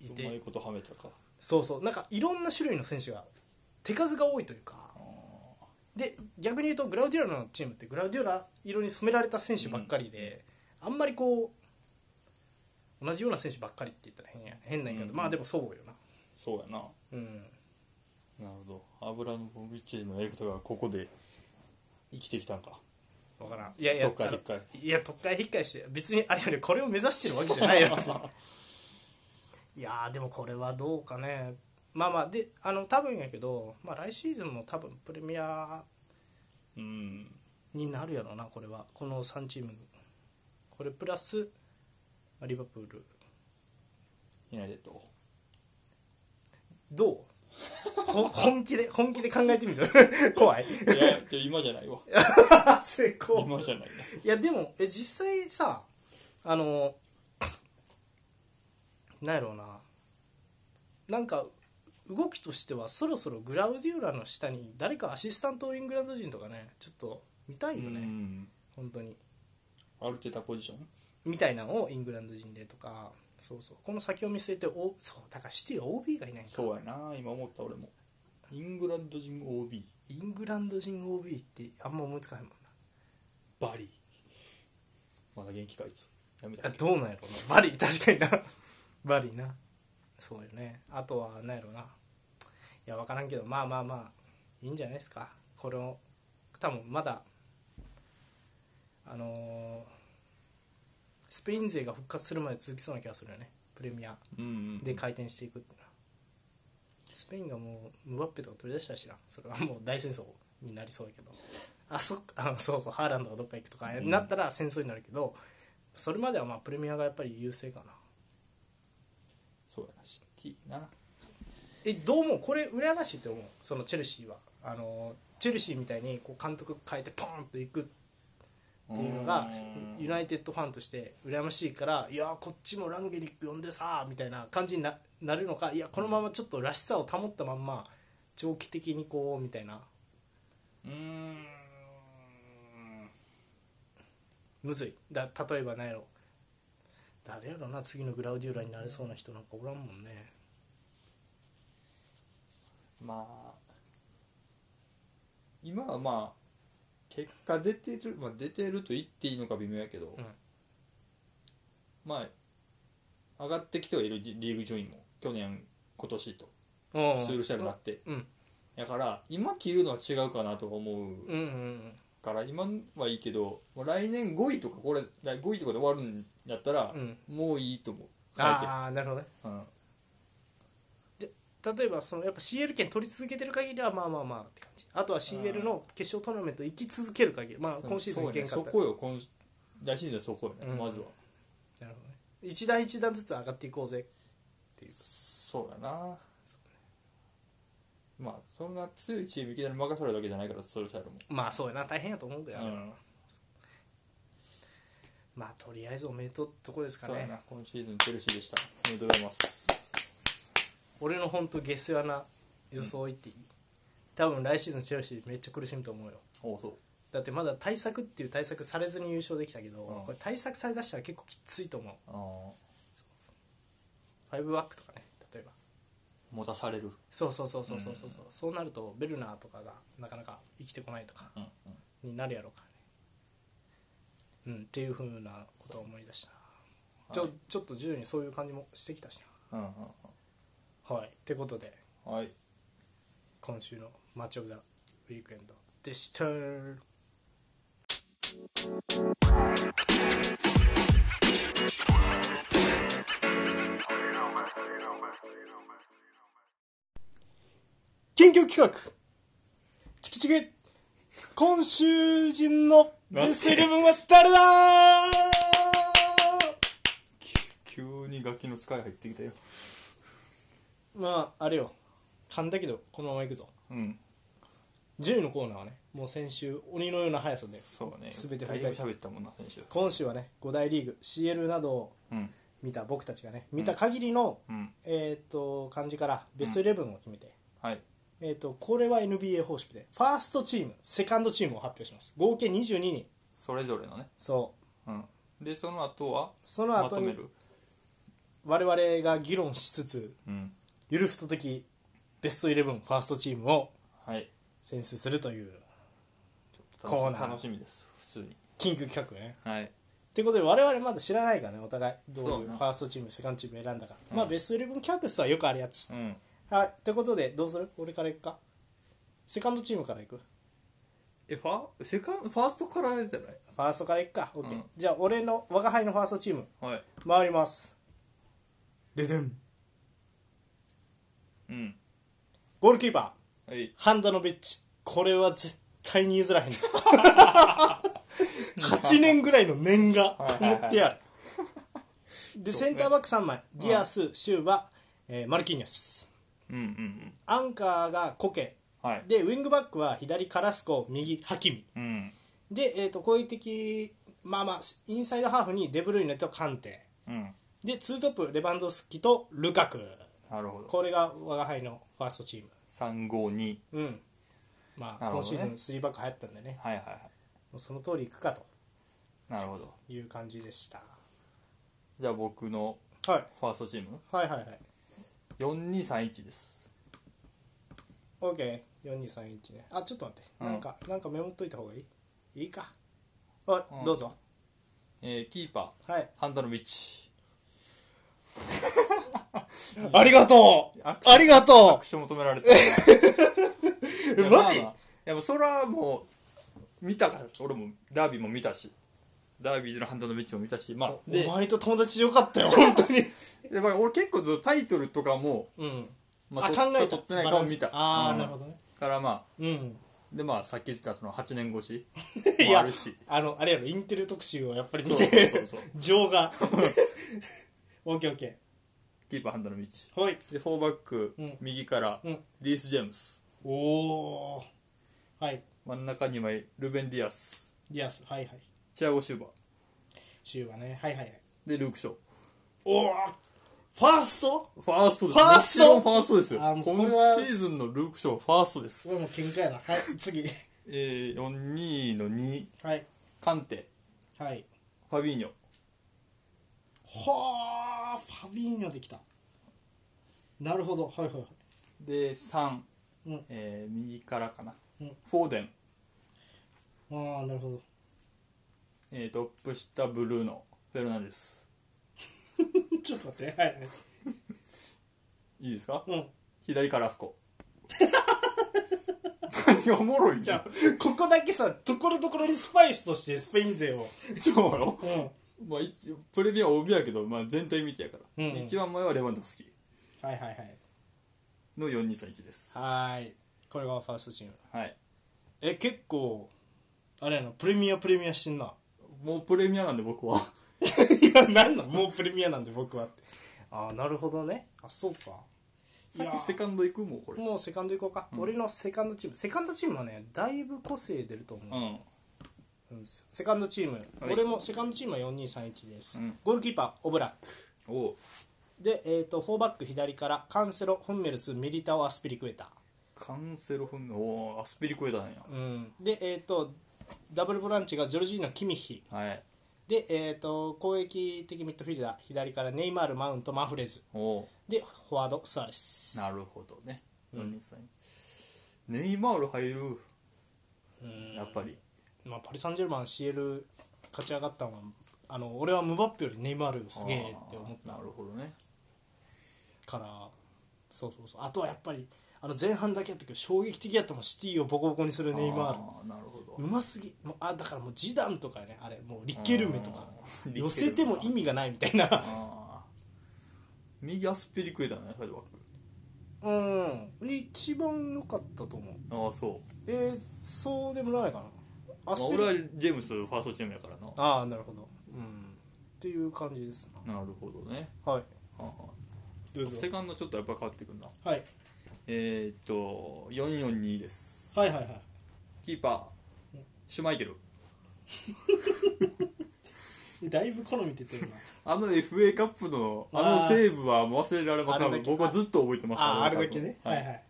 A: いう
B: まい
A: て
B: ことはめたか
A: そうそうなんかいろんな種類の選手が手数が多いというかで逆に言うとグラウディオラのチームってグラウディオラ色に染められた選手ばっかりで、あんまりこう同じような選手ばっかりって言ったら変や変な言い方、
B: うん
A: まあでもそうよな
B: そうやな
A: うん
B: なるほどアブラムビッチのやり方がここで生きてきたんか
A: 分からんいやいや
B: どっか一回
A: いや特会引っかえして別にあれよりこれを目指してるわけじゃないよ別にい
B: [laughs]
A: やーでもこれはどうかねまあまあであの多分やけど、まあ、来シーズンも多分プレミア
B: うん
A: になるやろなこれはこの3チームこれプラスまあリバプール
B: いないでと
A: どうほ本気で本気で考えてみる [laughs] 怖い
B: いやじゃあ今じゃないわ
A: 成功
B: 今じゃない
A: いやでもえ実際さあのなんやろうななんか動きとしてはそろそろグラウディオラの下に誰かアシスタントイングランド人とかねちょっと見たいよね、
B: うん
A: 本当に
B: アルテタポジション
A: みたいなのをイングランド人でとかそうそうこの先を見据えておそうだからシティは OB がいないんか
B: そうやな今思った俺もイングランド人 OB
A: イングランド人 OB ってあんま思いつかないもんな
B: バリーまだ元気かいつやめた
A: あ
B: っけ
A: どうなんやろうな [laughs] バリー確かになバリーなそうよねあとはなんやろうないや分からんけどまあまあまあいいんじゃないですかこれを多分まだあのースペイン勢が復活するまで続きそうな気がするよねプレミア
B: うんうん
A: で回転していくっていうのはスペインがもうムバッペとか取り出したらしなそれはもう大戦争になりそうや
B: [laughs]
A: けどあそっあそうそうハーランドがどっか行くとか、
B: うん
A: なったら戦争になるけどそれまではまあプレミアがやっぱり優勢かな
B: そうやなシティな
A: えどう思うこれ羨ましいと思うそのチェルシーはあのチェルシーみたいにこう監督変えてポーンと行くっていうのが
B: うん
A: ユナイテッドファンとして羨ましいからいやーこっちもランゲリック呼んでさーみたいな感じにななるのかいやこのままちょっとらしさを保ったまんま長期的にこうみたいな
B: うーん
A: むずいだ例えば何やろ誰やろな次のグラウディオラになれそうな人なんかおらんもんね
B: まあ今はまあ結果出てる、まあ、出てると言っていいのか微妙やけど、
A: うん
B: まあ上がってきてはいるリリーグ順位も去年今年と
A: うん
B: ツールシャルになって、
A: うん
B: だから今切るのは違うかなとか思う
A: うんうん
B: から今はいいけどもう来年5位とかこれ来5位とかで終わるんやったら
A: う、ん、
B: もういいと思う最
A: ああなるほどね
B: 近、うん、
A: 例えばそのやっぱ CL 権取り続けてる限りはまあまあまあって感じあとは CL の決勝トーナメント行き続ける限りまあ
B: そう
A: 今シーズン
B: そ
A: 行
B: うね
A: けんか
B: そ
A: ったら
B: こよ今シ来シーズンはそこよね、
A: うん
B: まずは
A: なるほどね一段一段ずつ上がっていこうぜ
B: そうやなまあそんな強いチームいきなり任されるだけじゃないからそれさえも
A: まあそうやな大変やと思うんだよ、
B: うん
A: まあとりあえずおめでとうってとこですか
B: そうや
A: ね
B: な今シーズンチェルシーでしたおめでとうございます
A: 俺の本当下世話な予想言っていい、多分来シーズンチェルシーめっちゃ苦しむと思うよ
B: おおそう
A: だってまだ対策っていう対策されずに優勝できたけど、
B: うん
A: これ対策されだしたら結構きついと思う
B: あ
A: ファイブバックとかね例えば
B: ー持たされる
A: そうそうそうそうそうそうそうそうなるとベルナーとかがなかなか生きてこないとか
B: うんうん
A: になるやろうからねうんっていうふうなことを思い出したな、ち
B: は
A: ょ
B: い
A: ちょっと徐々にそういう感じもしてきたし
B: うんうん
A: なはいってことで
B: うんはい
A: 今週のマッチオブザウィークエンドでした緊急企画チキチキ今週人のベストイレブンは誰だ
B: 急に楽器の使い入ってきたよ
A: まああれよ噛んだけどこのままいくぞ
B: うん
A: 10のコーナーはねもう先週鬼のような速さで
B: そうね
A: 全て
B: だ
A: 振
B: い
A: り
B: ぶ
A: 返って
B: 喋ったもんな選手
A: 今週はね5大リーグ CL などを
B: うん
A: 見た僕たちがね見た限りの、
B: うん
A: えー、と感じからベストイレブンを決めて、
B: はい
A: えー、とこれは NBA 方式でファーストチームセカンドチームを発表します合計22人
B: それぞれのね
A: そう
B: うんでその後は
A: その
B: ま
A: 後
B: とめ
A: に
B: る
A: 我々が議論しつつ
B: うん
A: ゆるふと的ベストイレブンファーストチームを
B: はい
A: 選出するというコ
B: コ
A: ー
B: ー
A: ナー
B: 楽しみです普通に
A: 緊急企画ね
B: は
A: っ
B: い
A: てことで我々まだ知らないからねお互いどう
B: そう
A: いう
B: ね
A: ファーストチームセカンドチーム選んだか、まあベストイレブン企画っすはよくあるやつ、
B: うん
A: はいってことでどうする俺から行くかセカンドチームから行く
B: えファセカンファーストからじゃない
A: ファーストからいくか、オッケ
B: う
A: ー
B: ん
A: じゃあ俺の我が輩のファーストチーム
B: はい
A: 回りますででん
B: うん
A: ゴールキーパ
B: はい
A: ーハンダノビッチこれは絶対に譲 [laughs] らへん8年ぐらいの念がこもってやるでセンターバック3枚ディアス、シューバ、えーマルキーニョス
B: うんうんうん
A: アンカーがコケ
B: はい
A: でウィングバックは左カラスコ右ハキミ
B: うん
A: で、えー、と攻撃的まあまあインサイドハーフにデブルイネとカンテ
B: うん
A: でツートップレバンドフスキとルカク
B: なるほど
A: これが我が輩のファーストチー
B: 352
A: ムうんまあ、
B: なる
A: 今
B: ほど
A: シ
B: ね
A: ーズン3バック流行ったんでね
B: はいはいは
A: もうその通りいくかと
B: いなるほど
A: いう感じでした、
B: じゃあ僕の
A: はい、
B: ファーストチーム
A: はいはいはい
B: 4231です
A: オッケー4231ねあちょっと待って、
B: うん
A: なんかなんかメモっといた方がいいいいかはい、
B: うん
A: どうぞ
B: えーキーパ [laughs]
A: はい
B: ーハンダのビッチ
A: ありがとう
B: アクション
A: ありがと
B: アクション求められ [laughs] てる
A: う
B: いや
A: マジ、
B: まあまあいやもうそれはもう見たから俺もダービーも見たしダービーのハンダのビッチも見たしまあ
A: お
B: で
A: お前と友達よかったよ本当に
B: [laughs] でまあ俺結構ずっとタイトルとかも、
A: うん
B: まあ、
A: あ
B: と
A: 考えた
B: 取ってないかも見た
A: ああ、
B: うん
A: なるほどね
B: からまあ
A: うん
B: でまあさっき言ったその8年越し
A: [laughs] い
B: もあ
A: や
B: るし
A: あのあれやろインテル特集をやっぱり見
B: そうそうそ
A: て
B: うそう
A: 情が [laughs] オッケーオッケ
B: キーパーハンダの道
A: ーはい
B: で4バック、
A: うん
B: 右から、
A: うん
B: リース・ジェームス
A: おおはい
B: 真ん中2枚ルベン・ディアス
A: ディアスはいはい
B: チアゴ・シューバー
A: シューはねはいはいはい
B: でルーク・ショー
A: おおファースト
B: ファーストです
A: ファースト
B: もちろんファーストですよ
A: あもう
B: 今
A: これは
B: シーズンのルーク・ショーはファーストです
A: これもう喧嘩やなはい次
B: えー、42の2
A: はい
B: カンテ
A: はい
B: ファビーニョ
A: ほーファビーニョできたなるほどはいはいはい
B: で3、
A: うん
B: えー右からかな、
A: うん
B: フォーデン、
A: ああなるほど [laughs]
B: えートップ下ブルーノフェルナンデス
A: ちょっと待ってはいはい
B: いいですか
A: うん
B: 左カラスコがおもろいね
A: じゃあここだけさところどころにスパイスとしてスペイン勢を、
B: そうやろ
A: うん、
B: まあ一応プレミア OB やけど、まあ、全体見てやから、
A: うんうん
B: 一番前はレバンドフスキ
A: はいはいはい
B: の4231です
A: はいこれがファーストチーム
B: はい
A: え結構あれやなプレミアプレミアして [laughs] んな
B: もうプレミアなんで僕はい
A: やなんなんもうプレミアなんで僕はってああなるほどねあそうかい
B: さっ
A: や
B: きセカンド行くもうこれ
A: もうセカンド行こうか、
B: うん
A: 俺のセカンドチームセカンドチームはねだいぶ個性出ると思う、
B: うん
A: うんですよセカンドチーム、
B: はい
A: 俺もセカンドチームは4231です、
B: うん
A: ゴールキーパーオブラック
B: おう
A: で、えー、と4バック左からカンセロホンメルスミリタオアスピリクエタ、
B: カンセロフンおおアスピリクエタなんや、
A: うん、で、えー、とダブルボランチがジョルジーノ・キミッヒ
B: はい
A: で、えー、と攻撃的ミッドフィルダー左からネイマールマウントマフレズ
B: おお
A: でフォワードスアレス
B: なるほどね、4231ネイマール入る
A: うん
B: やっぱり
A: まあ、パリ・サンジェルマン CL 勝ち上がったのはあの俺はムバッペよりネイマールすげえって思っ
B: あーなるほどね
A: たからそうそうそうあとはやっぱりあの前半だけやったけど衝撃的やったもんシティをボコボコにするネイマール
B: あーなるほど
A: うますぎもうあだからもうジダンとかねあれもうリッケルメとか
B: うん [laughs]
A: 寄せても意味がないみたいな
B: あー右アスピリクエタねサイドバック
A: うん一番良かったと思う
B: ああそう
A: えー、そうでもないかなア
B: まあ
A: スペ
B: 俺
A: リ
B: はジェームスファーストチームやからな
A: ああなるほどうんっていう感じです
B: なるほどね
A: なはい
B: はあは
A: どう
B: あセカンドちょっとやっぱ変わってくんな
A: はい
B: えー、っと442です
A: はいはいはい
B: キーパーシュマイケル
A: だいぶ好み出て [laughs] るな
B: あの FA カップのあ
A: あ
B: の
A: ー
B: セーブはもう忘れられません
A: あれだけ
B: 僕はずっと覚えてます
A: ああ
B: の
A: れだけね
B: は、
A: はいいはい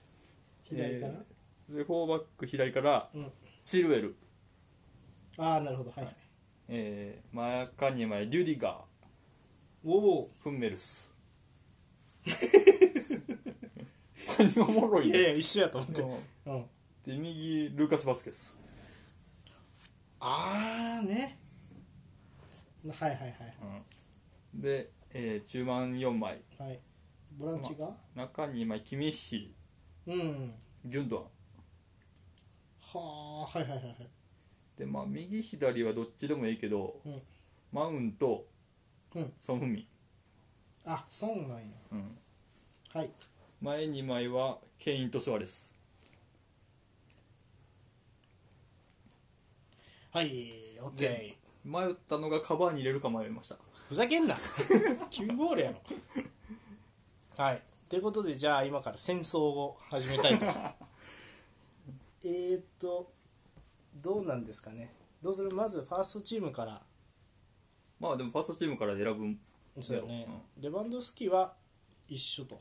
A: 左かな、
B: でフォーバック左から
A: うん
B: チルエル、
A: ああなるほどはい、
B: えー、中に前デュディガー
A: おお
B: フンメルス何がおもろい
A: いや
B: ね
A: いや一緒やと思って、
B: で
A: うん、
B: 右ルーカス・バスケス
A: ああねはいはいはい
B: で、えー中盤4枚
A: はいボランチが、
B: 中に枚キミッヒ
A: うん
B: ギュンドアン
A: はあはいはいはいはい
B: でまあ右左はどっちでもいいけど、
A: うん
B: マウント、
A: うん
B: ソン・フンミン
A: あそうなんや
B: うん
A: はい
B: 前2枚はケインとスワレス
A: はいオッケー
B: で迷ったのがカバーに入れるか迷いました
A: ふざけんな9ゴールやろはいということでじゃあ今から戦争を始めたいと [laughs] えーっとどうなんですかねどうするまずファーストチームから
B: まあでもファーストチームから選ぶ
A: そうだね、レバンドフスキは一緒と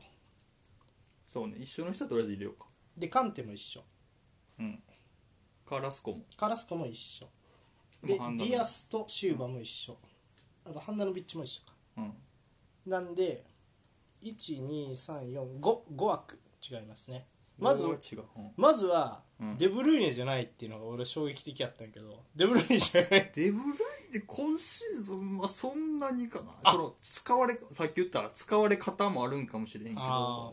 B: そうね一緒の人はとりあえず入れようか
A: でカンテも一緒
B: うんカラスコも
A: カラスコも一緒
B: で
A: で
B: もハン
A: デ
B: ダの
A: ィアスとシューバも一緒、あとハンダのビッチも一緒か
B: うん
A: なんで12345枠違いますねまず
B: ロゴが違う、うん
A: まずは
B: うん
A: デブルイネじゃないっていうのが俺衝撃的やったんやけどデブルイネじゃ
B: [laughs]
A: ない
B: デブルイネ今シーズンはそんなにかな
A: あ
B: その使われさっき言った使われ方もあるんかもしれんけ
A: あ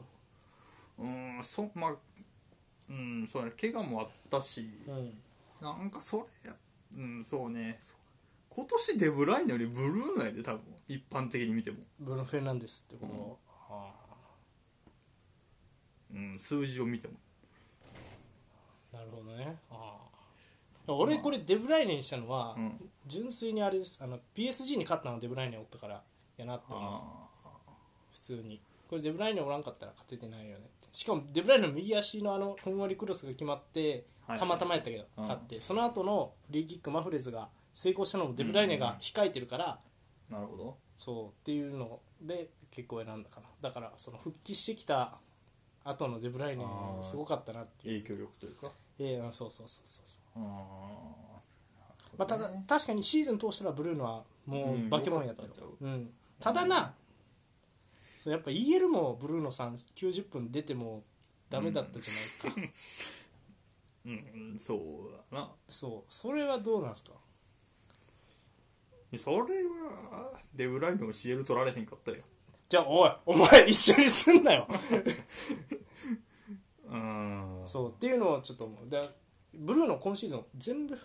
B: どうーんそまあうんそうやね怪我もあったし
A: うん
B: なんかそれやうんそうね今年デブライネよりブルーノやで多分一般的に見ても、
A: ブロフェルナンデスってこ
B: うん
A: の、あ
B: うん、数字を見ても
A: あなるほどねああ俺これデブライネにしたのは、
B: うん
A: 純粋にあれですあの PSG に勝ったのはデブライネおったからやなって思う
B: あ
A: 普通にこれデブライネおらんかったら勝ててないよねってしかもデブライネの右足のあのふんわりクロスが決まって
B: はい
A: たまたまやったけど
B: うん
A: 勝ってその後のフリーキックマフレズが成功したのもデブライネが控えてるから
B: ーなるほど
A: そうっていうので結構選んだかなだからその復帰してきた後のデブライネ
B: あー
A: すごかったなっていう
B: 影響力というか
A: ええあそうそうそうそうそう
B: あー
A: まあ、ただ確かにシーズン通したらブルーノはも
B: うん
A: う化け物やったよ
B: よかったよ
A: うん、ただなそうやっぱ EL もブルーノさん90分出てもダメだったじゃないです
B: [laughs]
A: か、
B: うんうんそうだな
A: そうそれはどうなんですか
B: それはデブライネも CL 取られへんかったよ
A: じゃあおいお前一緒にすんなよ
B: うん
A: そうっていうのをちょっと思うだブルーの今シーズン全部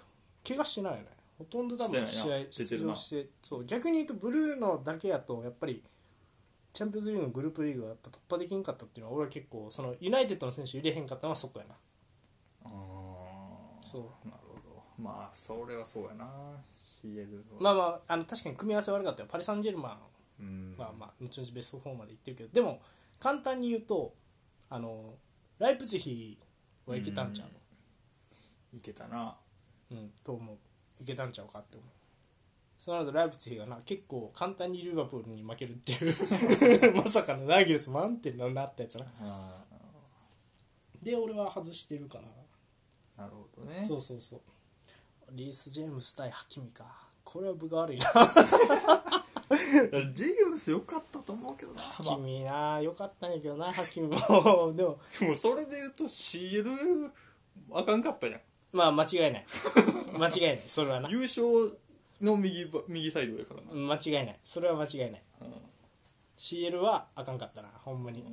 A: 怪我してないよねほとんど多分
B: して
A: 試
B: な
A: 合
B: いな
A: 出場してそう逆に言うとブルーのだけやとやっぱりチャンピオンズリーグのグループリーグはやっぱ突破できんかったっていうのは俺は結構そのユナイテッドの選手入れへんかったのはそこやな
B: あー
A: そう
B: なるほどまあそれはそうやな CL は
A: まあまああの確かに組み合わせ悪かったよパリ・サンジェルマン
B: うん
A: まあまあ後々ベスト4まで行ってるけどでも簡単に言うとあのライプツィヒは行けたんちゃ
B: いけたな
A: う、うんと思ういけたんちゃうかって思うそうなるとライプツィヒがな結構簡単にリバプールに負けるっていうまさかのナーゲルス満点なんだったやつな
B: あ
A: で俺は外してるか
B: ーなるほどね
A: なそうそうそうリース・ジェームス対ハキミかこれは分が悪いな
B: だからジェイオンス良かったと思うけどな、
A: ハ
B: まあ
A: キミなよかったんやけどなハキミもでも
B: でもそれで言うと CL あかんかったじゃ
A: まあ間違いない間違いないそれはなん
B: 優勝の右ば右サイドやから
A: 間
B: な、
A: 違いないそれは間違いない CL はあかんかったなほんまに、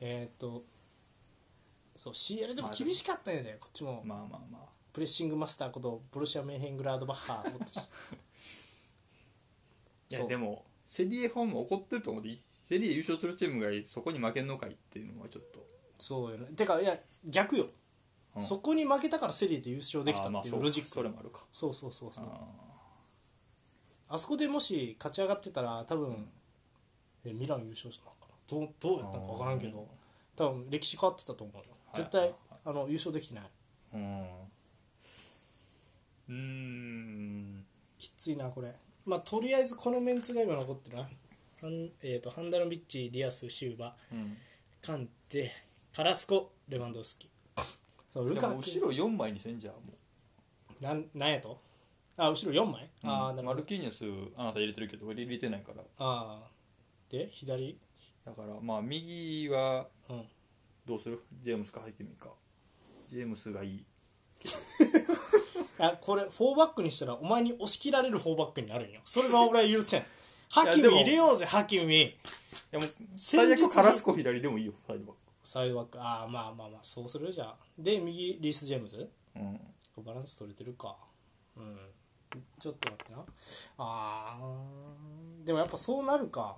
A: えーっとそう CL でも厳しかったんやで、こっちも、
B: まあまあまあ
A: プレッシングマスターことボルシア・メンヘングラードバッハ
B: [laughs]
A: ーおったし
B: い
A: そ
B: や
A: う
B: でもセリエファンも怒ってると思うでセリエ優勝するチームがそこに負けんのかいっていうのはちょっと
A: そうよねてかいや逆よ、
B: うん
A: そこに負けたからセリエで優勝できた
B: あーま
A: っ
B: あ
A: てい
B: そう
A: う
B: か
A: ロジック
B: それもあるか
A: そうそうそうそう
B: あ
A: あそこでもし勝ち上がってたら多分、えミラン優勝したのかなどうどうやったのか分からんけど多分歴史変わってたと思うよ
B: い
A: 絶対、
B: はい
A: あの優勝できてない
B: ーうんうーん
A: きついなこれまあとりあえずこのメンツが今残ってるなハン,、えー、とハンダノビッチディアスシューバ
B: うん
A: カンテカラスコレバンドフスキそうル
B: で
A: カ
B: も
A: ク
B: 後ろ4枚にせんじゃんも
A: なんなんやとあ後ろ4枚、
B: う
A: ああ
B: うん
A: なる
B: マ
A: ほど
B: ルキーニョスあなた入れてるけど俺入れてないから
A: ああで左
B: だからまあ右は
A: うん
B: どうするジェームスか入ってみるかジェームスがいい
A: あこれフォーバックにしたらお前に押し切られるフォーバックになるんよそれは俺は許
B: [laughs]
A: せんハキミ
B: でも
A: 入れようぜハキミ
B: いやもう
A: 先
B: 最
A: 日の
B: 悪カラスコ左でもいいよサイドバッ
A: サイドバックああまあまあまあそうするじゃあで右リース・ジェームズ
B: クうん
A: バランス取れてるかうんちょっと待ってなあーでもやっぱそうなるか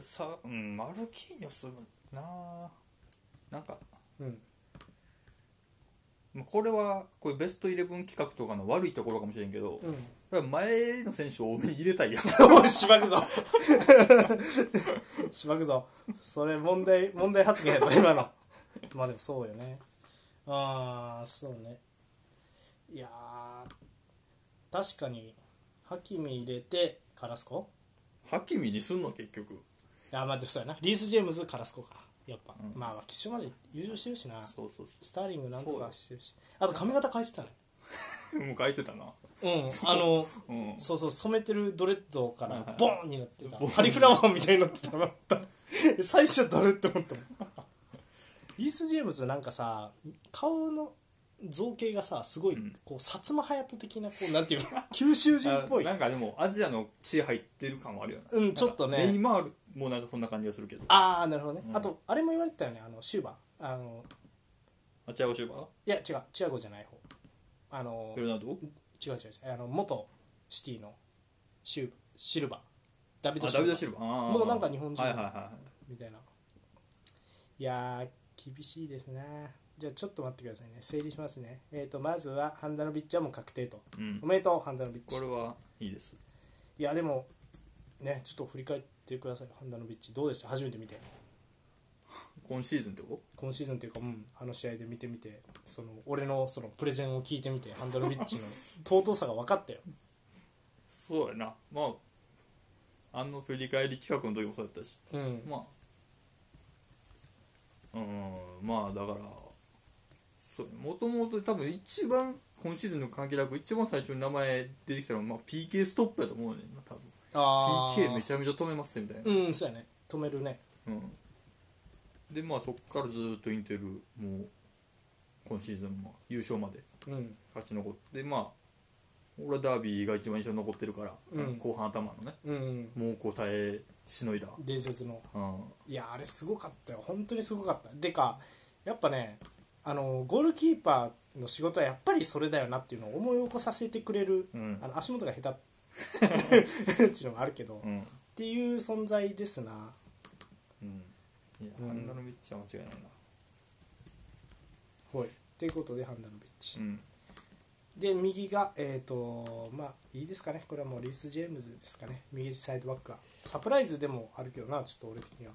B: さうんマルキーニョスもなあなんか
A: うん
B: まあこれはこれベストイレブン企画とかの悪いところかもしれんけど、
A: うん
B: やっぱ前の選手を多めに入れた
A: [laughs]
B: いやん
A: おいしばくぞ [laughs] しばくぞそれ問題問題発言やぞ今のまあでもそうよねああそうねいやー確かにハキミ入れてカラスコ
B: ハキミにすんの結局
A: あまあでもそうやなリース・ジェームズカラスコかやっぱ、
B: うん
A: まあまあ決勝まで優勝してるしな
B: そうそう
A: スターリングなんとかしてるしあと髪型変えてたね
B: そうもう書いてたな
A: うんあの
B: うん
A: そうそう染めてるドレッドか
B: はいは
A: ら
B: い
A: ボーンになって
B: ボーン
A: たカリフラワーみたいになってた [laughs] の最初誰って思ったもんリース・ジェームズなんかさ顔の造形がさすごい
B: うん
A: こう薩摩隼人的なこうなんていうの
B: [laughs]
A: 九州人っぽい
B: あなんかでもアジアの血入ってる感はあるよな
A: うんちょっとね
B: なんかネイマールもなんかそんな感じがするけど
A: ああなるほどね、
B: うん
A: あとあれも言われてたよねあのシューバーあの
B: あチャイオシューバー
A: いや違うチアゴじゃない方あの
B: ベルナード
A: 違う違う違うあの元シティのシュシルバーダビド・
B: あ
A: シ
B: ダ
A: ル
B: ビ
A: バ
B: ド・
A: ー
B: シルバーあー
A: もうなんか日本人
B: はいはいは
A: みたいないやー厳しいですねじゃあちょっと待ってくださいね整理しますねえー、とまずはハンダノビッチはもう確定と
B: い、うん
A: お、めでとうハンダノビッチ
B: これはいいです
A: いやでもねちょっと振り返ってくださいハンダノビッチどうでした初めて見て
B: 今シーズンってこ
A: 今シーズンというか、うん、あの試合で見てみてその俺のそのプレゼンを聞いてみてハンダノビッチの [laughs] 尊さが分かったよ
B: そうやなまああの振り返り企画の時もそうだったし
A: うん
B: まあうんまあだからそうもともと多分一番今シーズンの関係なく一番最初に名前出てきたのは、まあ、PK ストップやと思うねんな多分
A: あ
B: PK め
A: ゃ
B: ちゃめちゃ止めますねみたいな、
A: うんそうやね止めるね
B: うんでまあそこからずーっとインテルもう今シーズンも優勝まで
A: うん
B: 勝ち残ってまあ俺はダービーが一番印象に残ってるから、
A: うん
B: 後半頭のね
A: うん
B: 猛攻耐えしのいだ、
A: 伝説の
B: うん、
A: いやあれすごかったよ本当にすごかったでかやっぱねあのゴールキーパーの仕事はやっぱりそれだよなっていうのを思い起こさせてくれる、
B: うん
A: あの足元が
B: [laughs]
A: 下手っていうのがあるけど、
B: う
A: っ
B: ん
A: ていう存在ですな
B: うんいや
A: うん
B: ハンダのビッチは間違いないな
A: はいということで判断のベッチ、
B: うん
A: で右がえっ、とまあいいですかねこれはもうリース・ジェームズですかね右サイドバックがサプライズでもあるけどなちょっと俺的には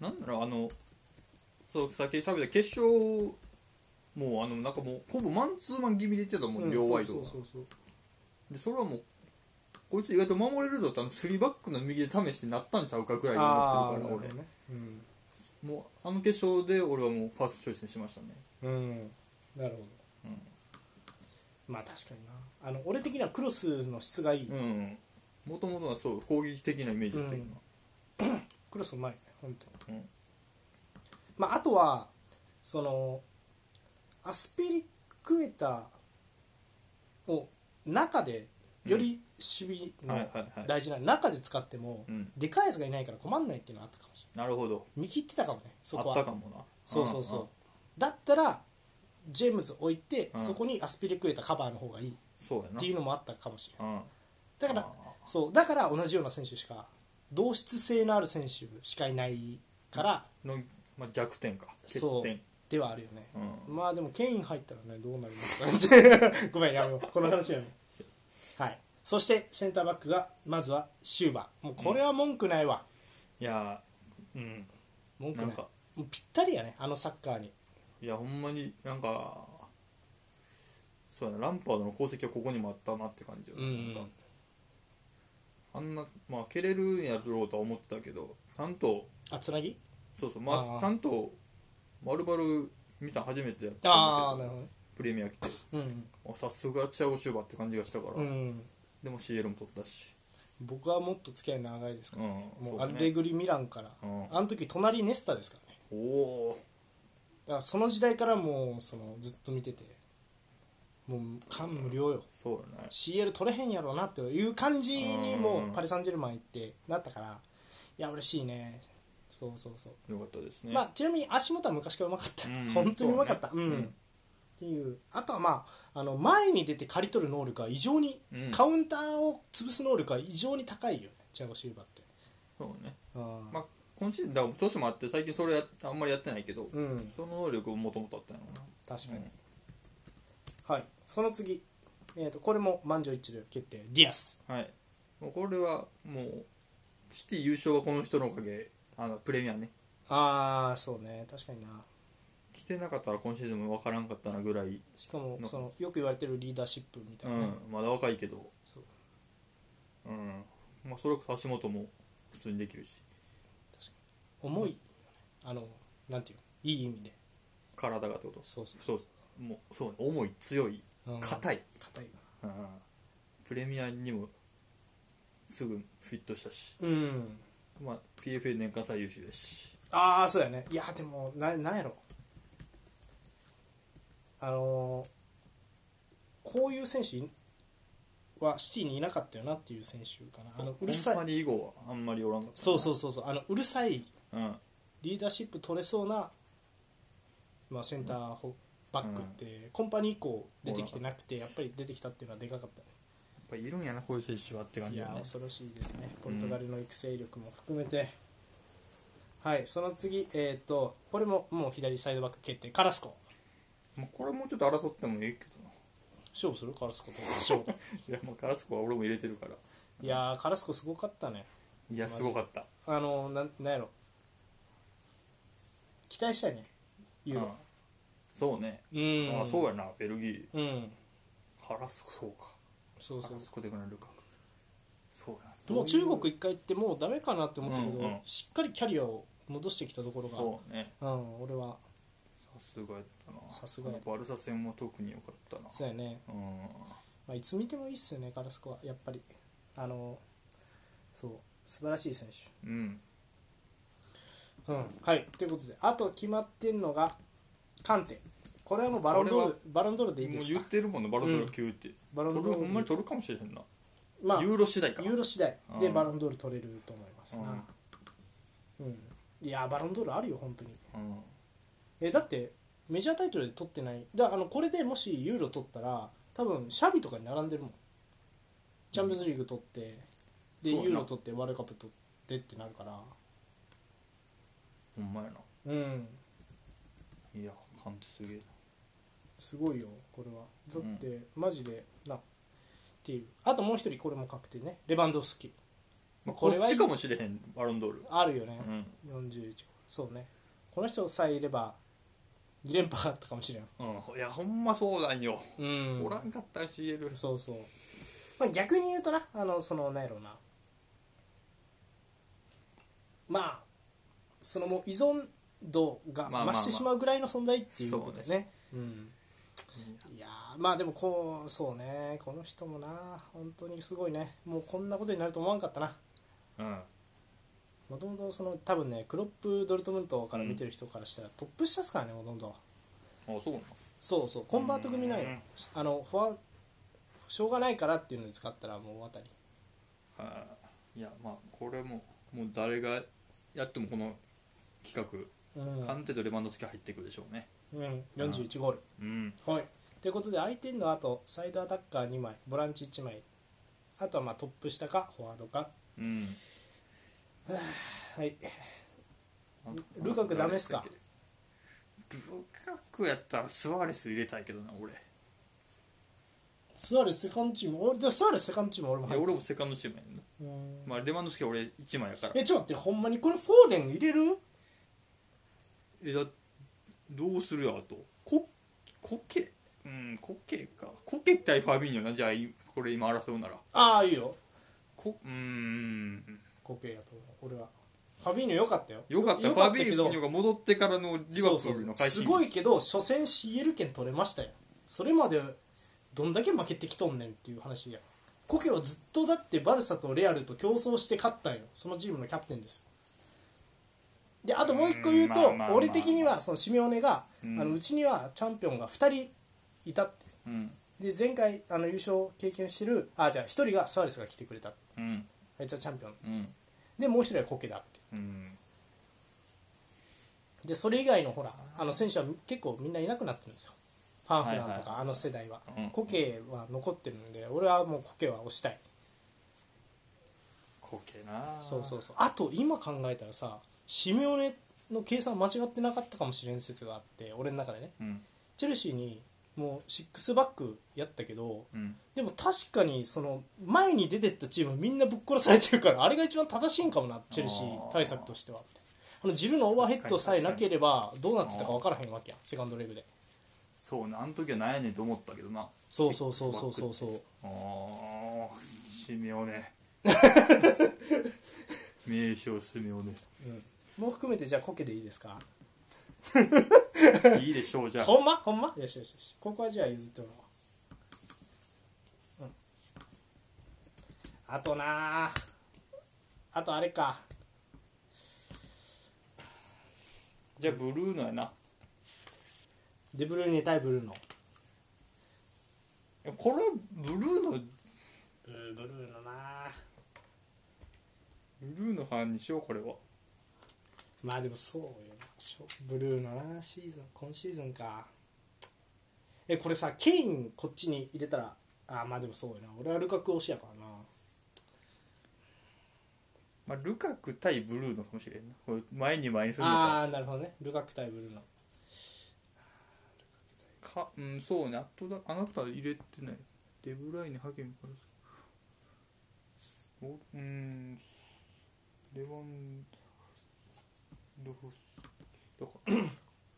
B: なんだろうあのそう先に喋った決勝もうあのなんかもうほぼマンツーマン気味でいってたもん、
A: ん
B: 両ワイド
A: そ
B: が
A: うそうそう
B: でそれはもうこいつ意外と守れるぞってあの3バックの右で試してなったんちゃうかぐらいに
A: ああ
B: 思って
A: な
B: る
A: るほ
B: から俺
A: どねうん、
B: もうあの決勝で俺はもうファーストチョイスにしましたね
A: うん、なるほど
B: うん
A: まあ確かになあの俺的にはクロスの質がいい、
B: うんもともとはそう攻撃的なイメージだったけどな
A: クロスうまいね本当に
B: うん
A: まあ、あとはそのアスピリクエタを中でより守
B: は
A: 備
B: いはいは
A: の
B: い
A: 大事な中で使っても
B: うん
A: でかいやつがいないから困んないっていうのはあったかもしれ
B: なるほど
A: ない見切ってたかもねそこ
B: あっ
A: は
B: たかもな
A: そうそうそうだったらジェームズ置いて
B: うん
A: そこにアスピリクエタカバーの方がいいっ
B: うんうんそうやな
A: ていうのもあったかもしれない
B: うん
A: だから
B: あ
A: そうだから同じような選手しか同質性のある選手しかいないから
B: の、まあ、弱点か欠
A: そう
B: 点
A: ではあるよね、
B: うん
A: まあでもケイン入ったらねどうなりますかね
B: [laughs]
A: ごめんやめようこの話やめようはいそしてセンターバックがまずはシューバーもうこれは文句ないわ、
B: いやーうん
A: 文句ない
B: なんか
A: もうぴったりやねあのサッカーに
B: いやほんまになんかそうやなランパードの功績はここにもあったなって感じよ、
A: うん
B: なんかあんなまあ蹴れるんやろうとは思ってたけどちゃんと
A: あつなぎ
B: そうそうま
A: あ
B: あ
A: ー
B: ちゃんと丸々見たの初めてやったんだけど
A: ああなるほどね
B: プレミア来て
A: うん
B: あさすがチアゴシューバーって感じがしたから、
A: うん、うん、
B: でも CL も取ったし
A: 僕はもっと付き合い長いです
B: う
A: から、
B: ん
A: もうア
B: ね
A: ルレグリ・ミランから、
B: うん
A: あの時隣ネスタですからね
B: おお
A: だからその時代からもうそのずっと見ててもう感無量よ
B: ーそうやね
A: CL 取れへんやろうなっていう感じに
B: うんうん
A: も
B: うん
A: うパリ・サンジェルマン行ってなったからいや嬉しいねそうそうそう、
B: よかったですね
A: まあちなみに足元は昔からうまかった、
B: う
A: [laughs]
B: ん
A: 本当にうまかったう,、
B: そうね
A: ん、
B: うん
A: っていうあとはまああの前に出て刈り取る能力が異常に、
B: うん
A: カウンターを潰す能力が異常に高いよねチアゴ・シルバーって
B: そうね
A: うん、
B: まあ今シーズンだから年もあって最近それやあんまりやってないけど、
A: うん
B: その能力もともとあったんや
A: 確か
B: ろ
A: に、
B: うな、
A: はいその次、えー、とこれも満場一致で決定ディアス
B: はいもうこれはもうシティ優勝はこの人のおかげあのプレミアね
A: ああそうね確かにな
B: 来てなかったら今シーズンも分からんかったなぐらい、
A: しかも
B: の
A: そのよく言われてるリーダーシップみた
B: う
A: いなね、
B: ん、まだ若いけど、
A: そう
B: うんまあ、それこそ足元も普通にできるし
A: 重いよねあのなんていうのいい意味で
B: 体がってこと
A: そうそう
B: そうもうそうね重い強い
A: うん
B: 硬い、
A: 硬いな
B: うんプレミアにもすぐフィットしたし、
A: うん
B: まあ、PFA 年間最優秀だし
A: ああそうやねいやでもななんやろあのーこういう選手はシティにいなかったよなっていう選手かなあのうる
B: コン
A: さ
B: パ
A: い
B: ニー以後はあんまりおらんかった
A: そうそううそうそうあのうるさい
B: うん
A: リーダーシップ取れそうな、まあ、センターフォバックって、コンパニー以降出てきてなくてやっぱり出てきたっていうのはでかかったね
B: やっぱいるんやなこういう選手はって感
A: い
B: じだ
A: や
B: よね
A: 恐ろしいですねポルトガルの育成力も含めて、はいその次えっ、とこれももう左サイドバック決定カラスコ
B: まあ、これもうちょっと争ってもいいけどな
A: 勝負するカラスコと勝負
B: [laughs] いやまあカラスコは俺も入れてるから
A: いやーカラスコすごかったね
B: いや
A: マジ
B: すごかった
A: あのなんなんやろ期待したいねユー
B: うんそうね、
A: ロうん
B: あそうやなベルギー
A: うん
B: カラスコそうか
A: そうそう
B: カラスコでくなるかそうやな
A: もう中国一回行ってもうダメかなって思ったけど、
B: うんうん
A: しっかりキャリアを戻してきたところが
B: そうね
A: うん、俺は
B: さすがやったな
A: さすがや
B: バルサ戦も特に良かったな
A: そうやね
B: うん
A: まあ、いつ見てもいいっすよね、カラスコは、やっぱり、あのそう素晴らしい選手。
B: うん
A: うんはい、ということで、あと決まってるのが、カンテ、これはもうバロンドー
B: こ
A: ルバロンドールでいいで
B: もう
A: す
B: 言
A: か
B: っ、てるもんねバロンドール級って、
A: バロンド
B: 取
A: ー
B: る
A: ル
B: ほんまに取るかもしれへんな、
A: まあ、
B: ユ
A: ユ
B: ーロ次第か
A: ーロ次第で
B: うん
A: バロンドール取れると思いますな、うんいやー、バロンドールあるよ、本当に。
B: うん
A: えだって、メジャータイトルで取ってないだあのこれでもしユーロ取ったら多分シャビとかに並んでるもんチャンピオンズリーグ取って、で
B: そうやな
A: ユーロ取ってワールドカップ取ってってなるから
B: ほんまやな
A: うん
B: いやほんとすげえ
A: すごいよこれはだって、マジでなっていうあともう一人これも確定ねレバンドフスキ
B: まあ、
A: こ
B: こ
A: れ
B: れ
A: は
B: はこっちかもしれへんバロンドール
A: あるよね
B: う、ん
A: 41号そうねこの人さえいれば2連覇あったかもしれん
B: うんいやほんまそうなんよ、
A: うん
B: おらんかったら CL
A: そうそう、まあ、逆に言うとなあのそのなんやろうなまあそのもう依存度が
B: まあまあま
A: 増
B: あ
A: してしまうぐらいの存在っていうことで
B: そう
A: ねうんいやーまあでもこうそうねこの人もな本当にすごいねもうこんなことになると思わんかったな
B: うん
A: もともとその多分ねクロップドルトムントから見てる人からしたらトップ下っすからねほとんど
B: あそうな
A: そうそうコンバート組なんよ
B: うん
A: あのフォアしょうがないからっていうので使ったらもう大当たり
B: のはいいやまあこれももう誰がやってもこの企画、
A: うん
B: カンテとレバンドフスキ入ってくるでしょうね
A: うん、41ゴール。
B: うん
A: はい。ということで、相手の後、サイドアタッカー2枚、ボランチ1枚、あとはまあトップ下か、フォワードか。
B: うん
A: はい。ルカクダメっすか
B: ルカクやったらスワレス入れたいけどな俺い
A: スワレスセカンドチーム、俺、でもスワレスセカンドチーム俺も
B: や
A: 入って
B: 俺
A: る
B: もセカンドチームやねんな、
A: うん
B: まあ、レバンドフスキは俺1枚やから
A: え、ちょっと待って、ほんまにこれフォーデン入れる
B: えだどうするあとここけうんこけかこけ対ファビーニョなじゃあいこれ今争うなら
A: ああ、いいよ。
B: こうーん
A: コケやと思う、俺は。ファビーニョ良かったよ。
B: よかったフ
A: か
B: ァ
A: った
B: ビー
A: け
B: ニ
A: ど
B: ョが戻ってからのリバプールの
A: そうそう
B: 快
A: す
B: 進撃
A: ごいけど、初戦 CL 権取れましたよ。それまで、どんだけ負けてきとんねんっていう話や。コケはずっとだってバルサとレアルと競争して勝ったんよ。そのチームのキャプテンですよ。で、あともう一個言うと、
B: うんまあまあまあ
A: 俺的には、そのシメオネが、
B: うん
A: あのうちにはチャンピオンが2人いたって。
B: うん
A: で、前回あの優勝経験してる、あ、じゃあ1人がサーレスが来てくれた。
B: うん
A: あいつはチャンピオン。
B: うん
A: で、もう1人はコケだって。
B: うん
A: でそれ以外のほらあの選手は結構みんないなくなってるんですよファンフランと
B: はい
A: かあの世代は
B: うん
A: コケは残ってるんで俺はもうコケは推したい
B: こけな
A: そうそうそうあと今考えたらさシメオネの計算間違ってなかったかもしれん説があって俺の中でね
B: うん
A: チェルシーにもう6バックやったけど
B: うん
A: でも確かにその前に出てったチームみんなぶっ殺されてるからあれが一番正しいんかもなチェルシー対策としてはあのジルのオーバーヘッドさえなければどうなってたか分からへんわけやセカンドレグで
B: そうねあの時はなんやねんと思ったけどな
A: そうそうそうそうそうそう
B: ああシミオ
A: [laughs]
B: ネ名称シミオネ
A: もう含めてじゃあコケでいいですか
B: いいでしょうじゃあ
A: ほんまほんまよしよしよしここはじゃあ譲ってもらおう、うん、あとなああとあれか
B: じゃあブルーノやな
A: デブルーニ対ブルーノ
B: これブルーノ
A: うんブルーノなあ
B: ブルーのファンにしようこれは
A: まあでもそうよなしょブルーノなシーズン今シーズンかえこれさケインこっちに入れたらあまあでもそうよな俺はルカク推しやからな
B: まあ、ルカク対ブルーノかもしれんなこれ前に前にするの
A: あ
B: か
A: あーなるほどねルカク対ブルーノ
B: かうんそうねあとだあなた入れてないデブライネハケミからおうんレバンドフスだから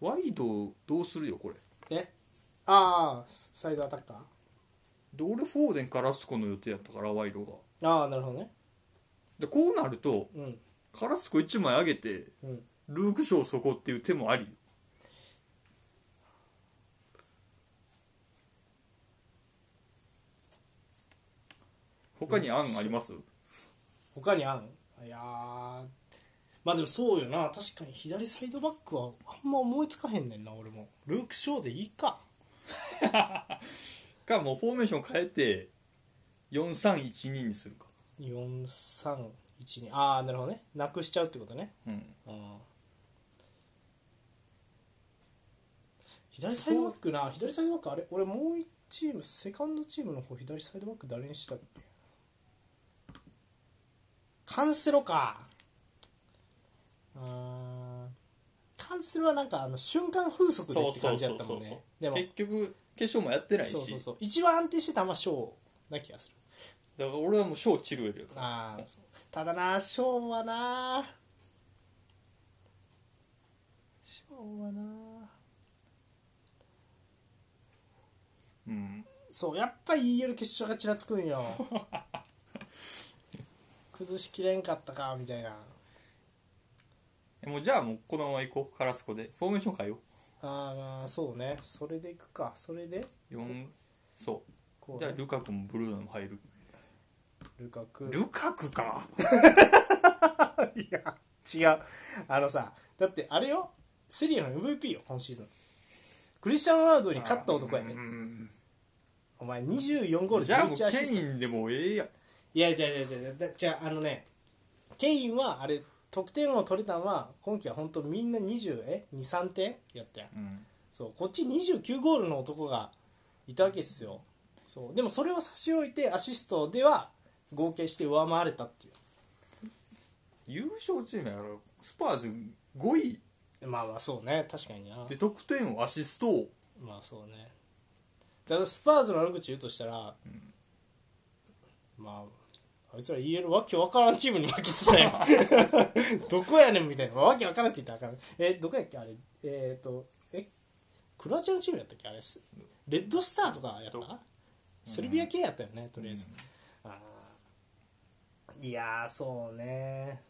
B: ワイドどうするよこれ
A: えああサイドアタッカー
B: で俺フォーデンカラスコの予定やったからワイドが
A: ああなるほどね
B: でこうなると
A: うん
B: カラスコ1枚上げて
A: うん
B: ルークショーそこっていう手もありよ他に案あります
A: 他にあんいやーまあでもそうよな確かに左サイドバックはあんま思いつかへんねんな俺もルーク・ショーでいいか
B: かもうフォーメーション変えて4312にするか
A: 4312ああなるほどねなくしちゃうってことね
B: うん
A: うん左サイドバックな左サイドバックあれ俺もう1チームセカンドチームの方左サイドバック誰にしたっけカンセロかあーカンセロはなんかあの瞬間風速でって感じだったもんねでも
B: 結局決勝もやってないし
A: そうそうそう一番安定してたのはショーな気がする
B: だから俺はもう小チルエルやから
A: ああただなショーはなショーはな
B: うん
A: そうやっぱ EL 決勝がちらつくん [laughs] よ崩しきれんかったかみたいな
B: えもうじゃあもうこのまま行こうカラスコでフォーメーション変えよ
A: ああそうねそれでいくかそれで
B: う4そ
A: こ
B: う
A: う、
B: じゃあ
A: ね、
B: ルカクもブルーノも入る
A: ルカク
B: ルカクか
A: [laughs] いや違うあのさだってあれよセリアの MVP よ今シーズンクリスチャン・ロナウドに勝った男やね
B: うんうんうん
A: お前24ゴール
B: じゃあもう
A: 11アシス
B: ケ
A: ト
B: インでもええやん
A: いやいやいやいやいやだじゃああのねケインはあれ得点を取れたのは今季は本当みんな20え23点やったやん
B: うん
A: そうこっち29ゴールの男がいたわけですよそうでもそれを差し置いてアシストでは合計して上回れたってい
B: 優勝チームやろスパーズ5位
A: うまあまあそうね確かにな
B: で得点をアシストを
A: まあそうねだからスパーズの悪口言うとしたら、まああいつら EL わけわからんチームに負けてたよどこやねんみたいなわけわからんって言ったらあかんえどこやっけあれえっ、とえクロアチアのチームやったっけあれすレッドスターとかやっ
B: ど
A: たセルビア系やったよねとりあえず、あーいやーそうね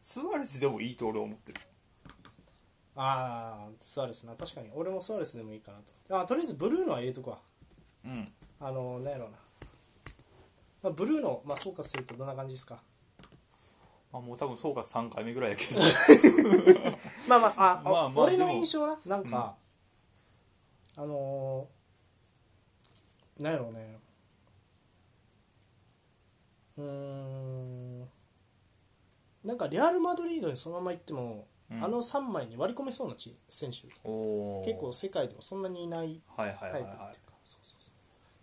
B: スアレスでもいいと俺は思ってる
A: ああスアレスな確かに俺もスアレスでもいいかなとあとりあえずブルーノは入れとくわ
B: うん
A: あのなんやろうな、まあ、ブルーの、まあ、総括するとどんな感じですか
B: まあもう多分総括3回目ぐらい
A: [laughs]
B: やけど
A: まあまああ、
B: まあまあ
A: 俺の
B: でも
A: 印象はななんか、あのー、なんやろうねうーんなんかレアル・マドリードにそのまま行っても、
B: うん
A: あの3枚に割り込めそうなチ選手
B: おお
A: 結構世界でもそんなにいない
B: はいはい
A: タ
B: は
A: イプっ
B: い
A: ていうか
B: は
A: そうそうそう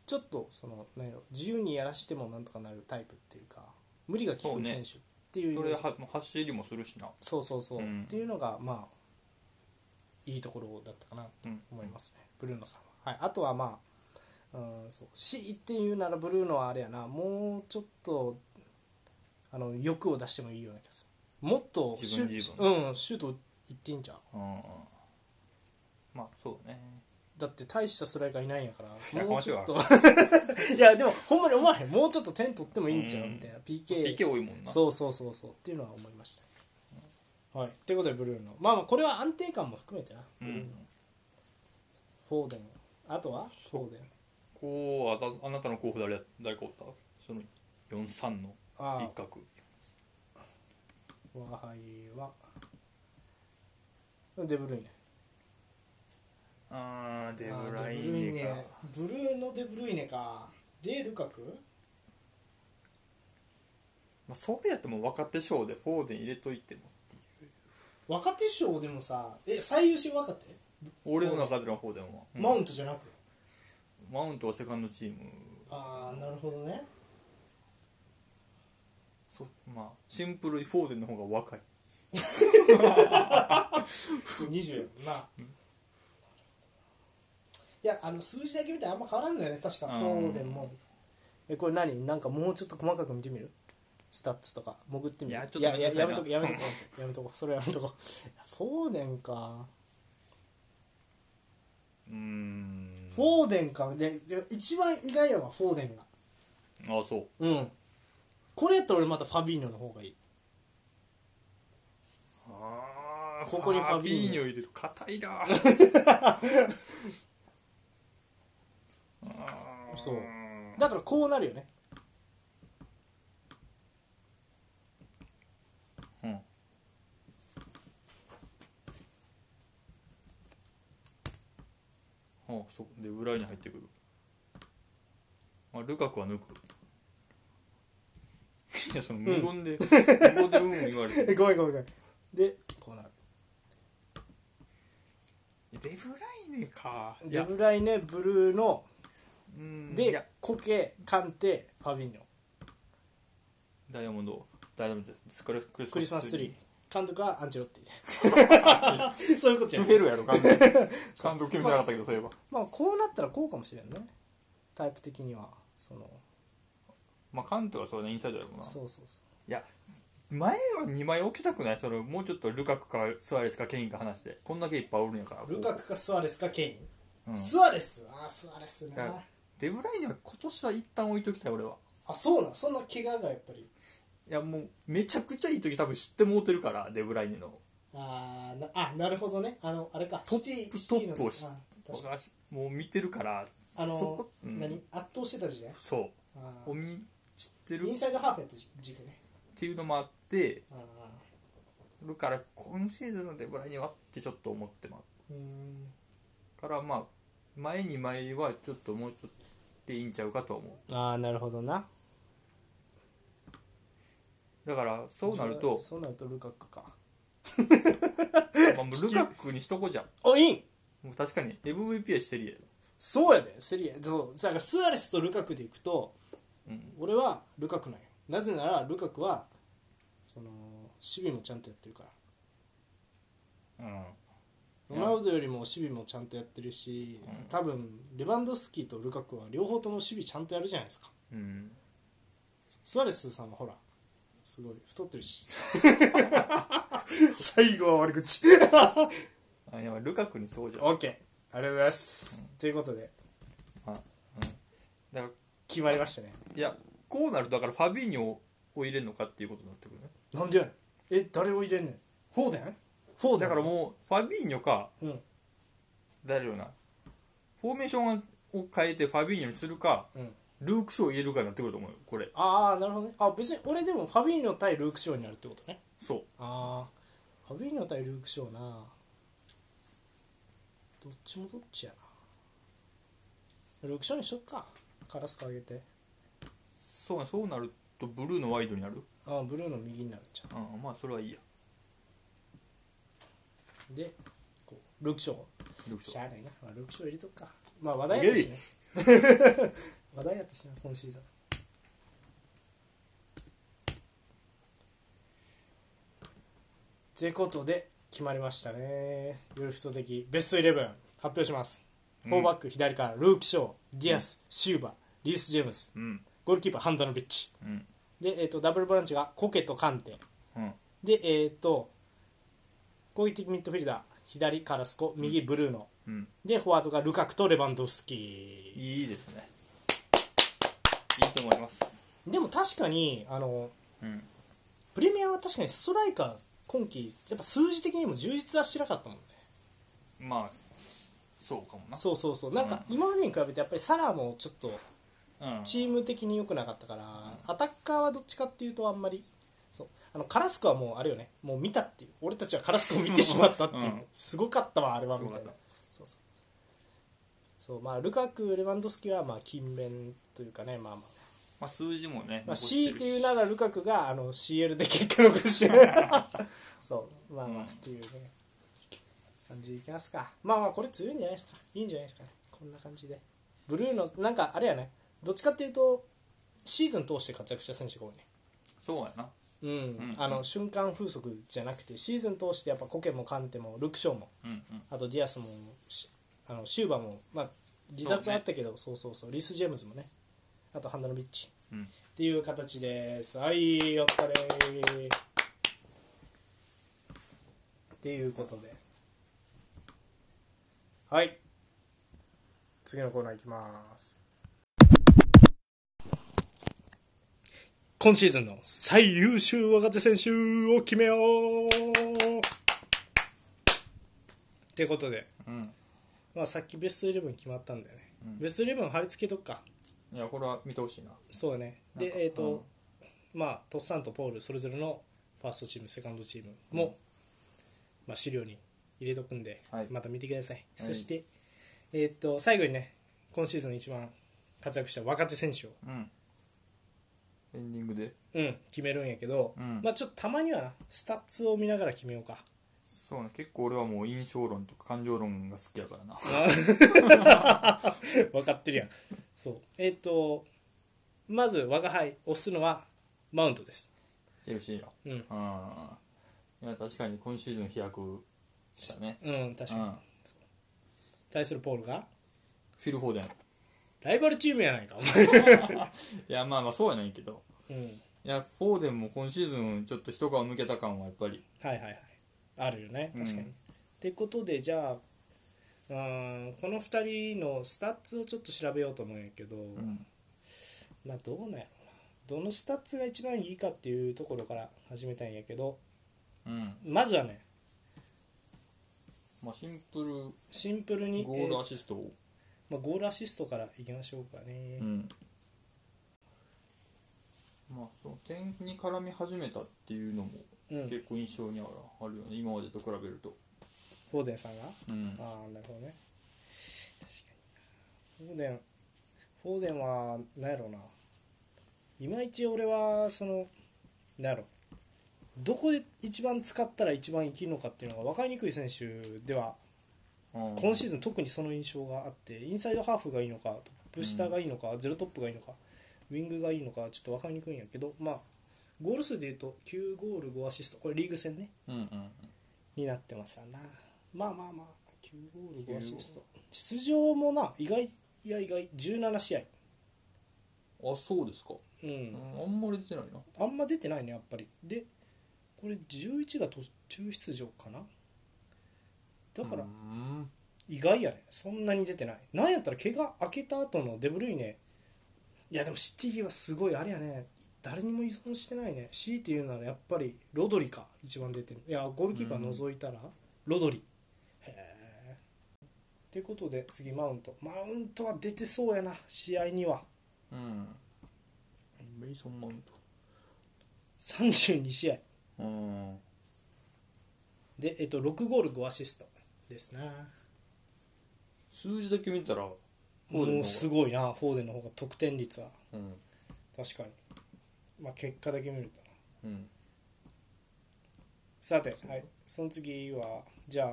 A: ちょっとそのなんやろ自由にやらしてもなんとかなるタイプっていうか無理が利く選手っていう
B: い
A: イメ
B: そ
A: ー
B: れ
A: ジ
B: は走りもするしな
A: そうそうそう、
B: うん
A: っていうのがまあいいところだったかなと
B: うん
A: 思いますね、ブルーノさんは、はい、あとはまあうんそう強いて言うならブルーノはあれやなもうちょっとあの欲を出してもいいような気がするもっとシュ
B: 自分
A: うん、シュートいっていいんじゃん
B: うんうんまあそうね
A: だって大したストライカーいないんやから
B: や
A: もうちょっと [laughs]
B: か
A: いやでもほんまに思わへんもうちょっと点取ってもいいんちゃう
B: うん
A: みたいな PK,
B: PK 多いもんな
A: そうそうそうそうっていうのは思いましたねはいってことでブルーノまあまあこれは安定感も含めてな、
B: う
A: ブルーノ
B: ん
A: フォーデンあとはフォーデン
B: こうあたあなたの候補誰や誰かおったその43の
A: あ
B: 一角
A: あ我輩はデブルイネ
B: あーデブラ
A: あーデブ
B: イネか
A: ブルーノデブルイネかでルカク
B: まあ、それやともう若手賞でフォーデン入れといても
A: 若手賞でもさえ最優秀若手、
B: 俺の中でのフォーデンは、うん
A: マウントじゃなく
B: マウントはセカンドチーム
A: ああなるほどね
B: そまあシンプルにフォーデンの方が若い
A: 20まあいやあの数字だけ見たらあんま変わらんのよね確か
B: うん
A: そうでもえこれ何なんかもうちょっと細かく見てみるスタッツとか潜ってみる
B: いやちょっと
A: いやややめ
B: め
A: と
B: んど
A: こ
B: く
A: やめとこ
B: [laughs]
A: やめとこそれやめとこフォーデンか
B: うーん
A: フォーデンかでで一番意外やわフォーデンが
B: あそう
A: うんこれやったら俺またファビーニョの方がいい
B: あー
A: ここにファビーニョ
B: フ入れる硬い [laughs] なあー
A: そうだからこうなるよ
B: [laughs]
A: ね
B: うんあそうで裏に入ってくるあルカクは抜くいやその無言で、無言でうん言われて
A: えごめんごめんごめんでこうなる
B: いデブライネかい
A: デ
B: や
A: ブライネブルーの
B: うんいや
A: でコケカンテファビーニョ
B: ダイヤモンドダイヤモンドですこれクリ
A: クリスマスツリー監督はアンチェロッティ [laughs] そういうことや
B: 決めるやろ [laughs] 監督監督決めてなかったけどそういえば
A: まあこうなったらこうかもしれんねタイプ的にはその
B: まあ関東はそうねインサイドやろうな
A: そうそうそ
B: いや前は2枚置きたくないそれもうちょっとルカクかスアレスかケインか話してこんだけいっぱいおるんやから
A: うルカクかスアレスかケイン、
B: うん
A: スアレスあースアレス
B: だか
A: な
B: らデブライネは今年は一旦置いときたい俺は
A: あそうなんそんな怪我がやっぱり
B: いやもうめちゃくちゃいい時多分知ってもうてるからデブライネの
A: あーなあなるほどねあのあれか
B: トップ
A: シティシテ
B: ト
A: ィ
B: ッ
A: の
B: プをし
A: あ確かに
B: もう見てるから
A: あ
B: そ
A: の
B: こうん
A: 何圧倒してた時代
B: そ
A: あ
B: うを
A: ー
B: 見知ってる
A: イン
B: っ
A: サイドハーフやった時時期ね
B: ていうのもあって
A: あー
B: るから今シーズンのデブライネはってちょっと思ってます
A: うーん
B: からまあ前に前はちょっともうちょっとでいいんちゃうかとは思
A: ああなるほどな
B: うだからそうなると
A: そうなるとルカクか
B: まあもうルカクにしとこうじゃん
A: あいいん
B: もう確かに MVP はしてるや
A: そうやでセリエそうだからスアレスとルカクでいくと
B: ろうん
A: 俺はルカクなんよなぜならルカクはその守備もちゃんとやってるから
B: うん
A: ロナウドよりも守備もちゃんとやってるし、
B: うん
A: 多分レバンドフスキーとルカクは両方とも守備ちゃんとやるじゃないですか
B: うん
A: スアレスさんはほらすごい太ってるし最後は悪口
B: あやばいルカクにしとこうじゃん、
A: OK ありがとうございます、ということで
B: まあうん、だか
A: 決まりましたね
B: らいやこうなるとだからファビーニョを入れるのかっていうことになってくるね
A: なんでやねんえ誰を入れんねんフォーデンフォーデ
B: だ
A: ン
B: からもうファビーニョか
A: う、うん
B: 誰よなフォーメーションを変えてファビーニョにするか
A: うん、
B: ルークスを入れるかになってくると思うよこれ
A: ああなるほどねあ別に俺でもファビーニョ対ルーク・ショーになるってことね
B: そう
A: ああファビーニョ対ルーク・ショーなどっちもどっちやなルーク・ショーにしとくかカラスカ上げて
B: そうそうなるとブルーのワイドになる
A: ああブルーの右になるじゃ
B: うんまあそれはいいや
A: んでこうルーク・ショー
B: ルークス
A: しゃあないな、まあ、ルーク・ショー入れとくかまあ話題やったしね [laughs] 話題やったしな今シーズンってことで決まりましたねヨルフト的ベストイレブン発表します、
B: うん
A: フォーバック左からルーク・ショーディアス、シューバーリース・ジェームス
B: うん
A: ゴールキーパーハンダノビッチ
B: うん
A: で、えー、とダブルボランチがコケとカンテ
B: うん
A: でえっ、と攻撃的ミッドフィルダー左カラスコ右ブルーノ、
B: うん
A: でフォワードがルカクとレバンドフスキ
B: いいですねいいと思います
A: ーでも確かにあの
B: うん
A: プレミアは確かにストライカー今季やっぱ数字的にも充実はしてなかったもんね
B: まあそうかもな
A: そうそうそうなんか
B: う
A: 今までに比べてやっぱりサラもちょっと
B: うん
A: チーム的に良くなかったから、アタッカーはどっちかっていうとあんまりそうあのカラスコはもうあれよねもう見たっていう俺たちはカラスコを見てしまったっていう、
B: うん
A: すごかったわあれはみたい
B: す
A: な
B: ごかった
A: そうそうそうまあルカクレバンドフスキはまあ勤勉というかねまあまあ
B: まあ数字もね
A: まあ、
B: 残し
A: C
B: る
A: っ
B: して
A: いうならルカクがあの CL で結果残して
B: [laughs]
A: るそうまあま
B: う
A: あ
B: ん
A: っていうね感じでいきますかまあまあこれ強いんじゃないですかいいんじゃないですかねこんな感じでブルーのなんかあれやねどっちかっていうとシーズン通して活躍した選手が多いね
B: そうやな
A: うん、
B: ん
A: あの瞬間風速じゃなくてシーズン通してやっぱコケもカンテもルクショーも
B: うんうん
A: あとディアスもしあのシューバーも、まあ、離脱はあったけどそう,、そうそうリース・ジェームズもねあとハンダノビッチ
B: うん
A: っていう形ですはいお疲れっていうことではい次のコーナーいきます今シーズンの最優秀若手選手を決めようってことで、
B: うん
A: まあ、さっきベストイレブン決まったんだよね、
B: うん
A: ベストイレブン貼り付けとくか
B: いやこれは見てほしいな
A: そうだね
B: なんか
A: でえっ、と、まあトッサンとポールそれぞれのファーストチームセカンドチームも、まあ、資料に入れとくんで、
B: はい
A: また見てください、そして、えっと最後にね今シーズン一番活躍した若手選手を、
B: うんエンディングで
A: うん、決めるんやけど、
B: うん
A: まあ、ちょっとたまにはなスタッツを見ながら決めようか [laughs]
B: そうね結構俺はもう印象論とか感情論が好きやからな
A: 分かってるやんそうえっ、とまず我が輩押すのはマウントです
B: チェルシーや
A: うん
B: うんいや確かに今シーズン飛躍したね
A: うん確かに、
B: うん
A: 対するポールが
B: フィル・フォーデン
A: ライバルチームやないかお前
B: いやまあまあそうやねんけど
A: うん
B: いやフォーデンも今シーズンちょっと一皮むけた感はやっぱり
A: はいはいはいあるよね
B: うん
A: 確かに、ってことでじゃあうーんこの2人のスタッツをちょっと調べようと思うんやけど、
B: うん
A: まあどうなんやろなどのスタッツが一番いいかっていうところから始めたいんやけど
B: うん
A: まずはね
B: まあシンプル
A: シンプルに
B: ゴール
A: え
B: アシストを
A: ーまあ、ゴールアシストからいきましょうかね、
B: うんまあその点に絡み始めたっていうのも
A: うん
B: 結構印象にあるあるよね今までと比べると
A: フォーデンさんが
B: うん
A: ああなるほどね確かにフォーデンフォーデンは何やろうないまいち俺はその何やろどこで一番使ったら一番生きるのかっていうのが分かりにくい選手では今シー
B: ズ
A: ズン特にその印象があってインサイドハーフがいいのかトップ下がいいのか、ゼロトップがいいのかウィングがいいのかちょっと分かりにくいんやけどまあゴール数でいうと9ゴール5アシストこれリーグ戦ね
B: ンうんうんうん
A: になってますわなまあまあまあ9ゴール5アシスト出場もな意外いや意外17試合
B: あそうですか、
A: う
B: うんん、あんまり出てないな
A: あんま出てないねやっぱりでこれ11が途中出場かなだから
B: うん
A: 意外やねそんなに出てないなんやったら怪我明けた後のデブルイネいやでもシティはすごいあれやね誰にも依存してないね C っていうならやっぱりロドリか一番出てるいやゴールキーパー除いたらロドリへえってことで次マウントマウントは出てそうやな試合には
B: うんメイソン・マウント
A: 32試合
B: うん
A: で、えっと、6ゴール5アシストですな
B: 数字だけ見たらフォーデン
A: も
B: の
A: うす
B: 方が
A: ごいなフォーデンの方が得点率は
B: うん
A: 確かにまあ結果だけ見ると
B: うん
A: さて、はい、その次はじゃあ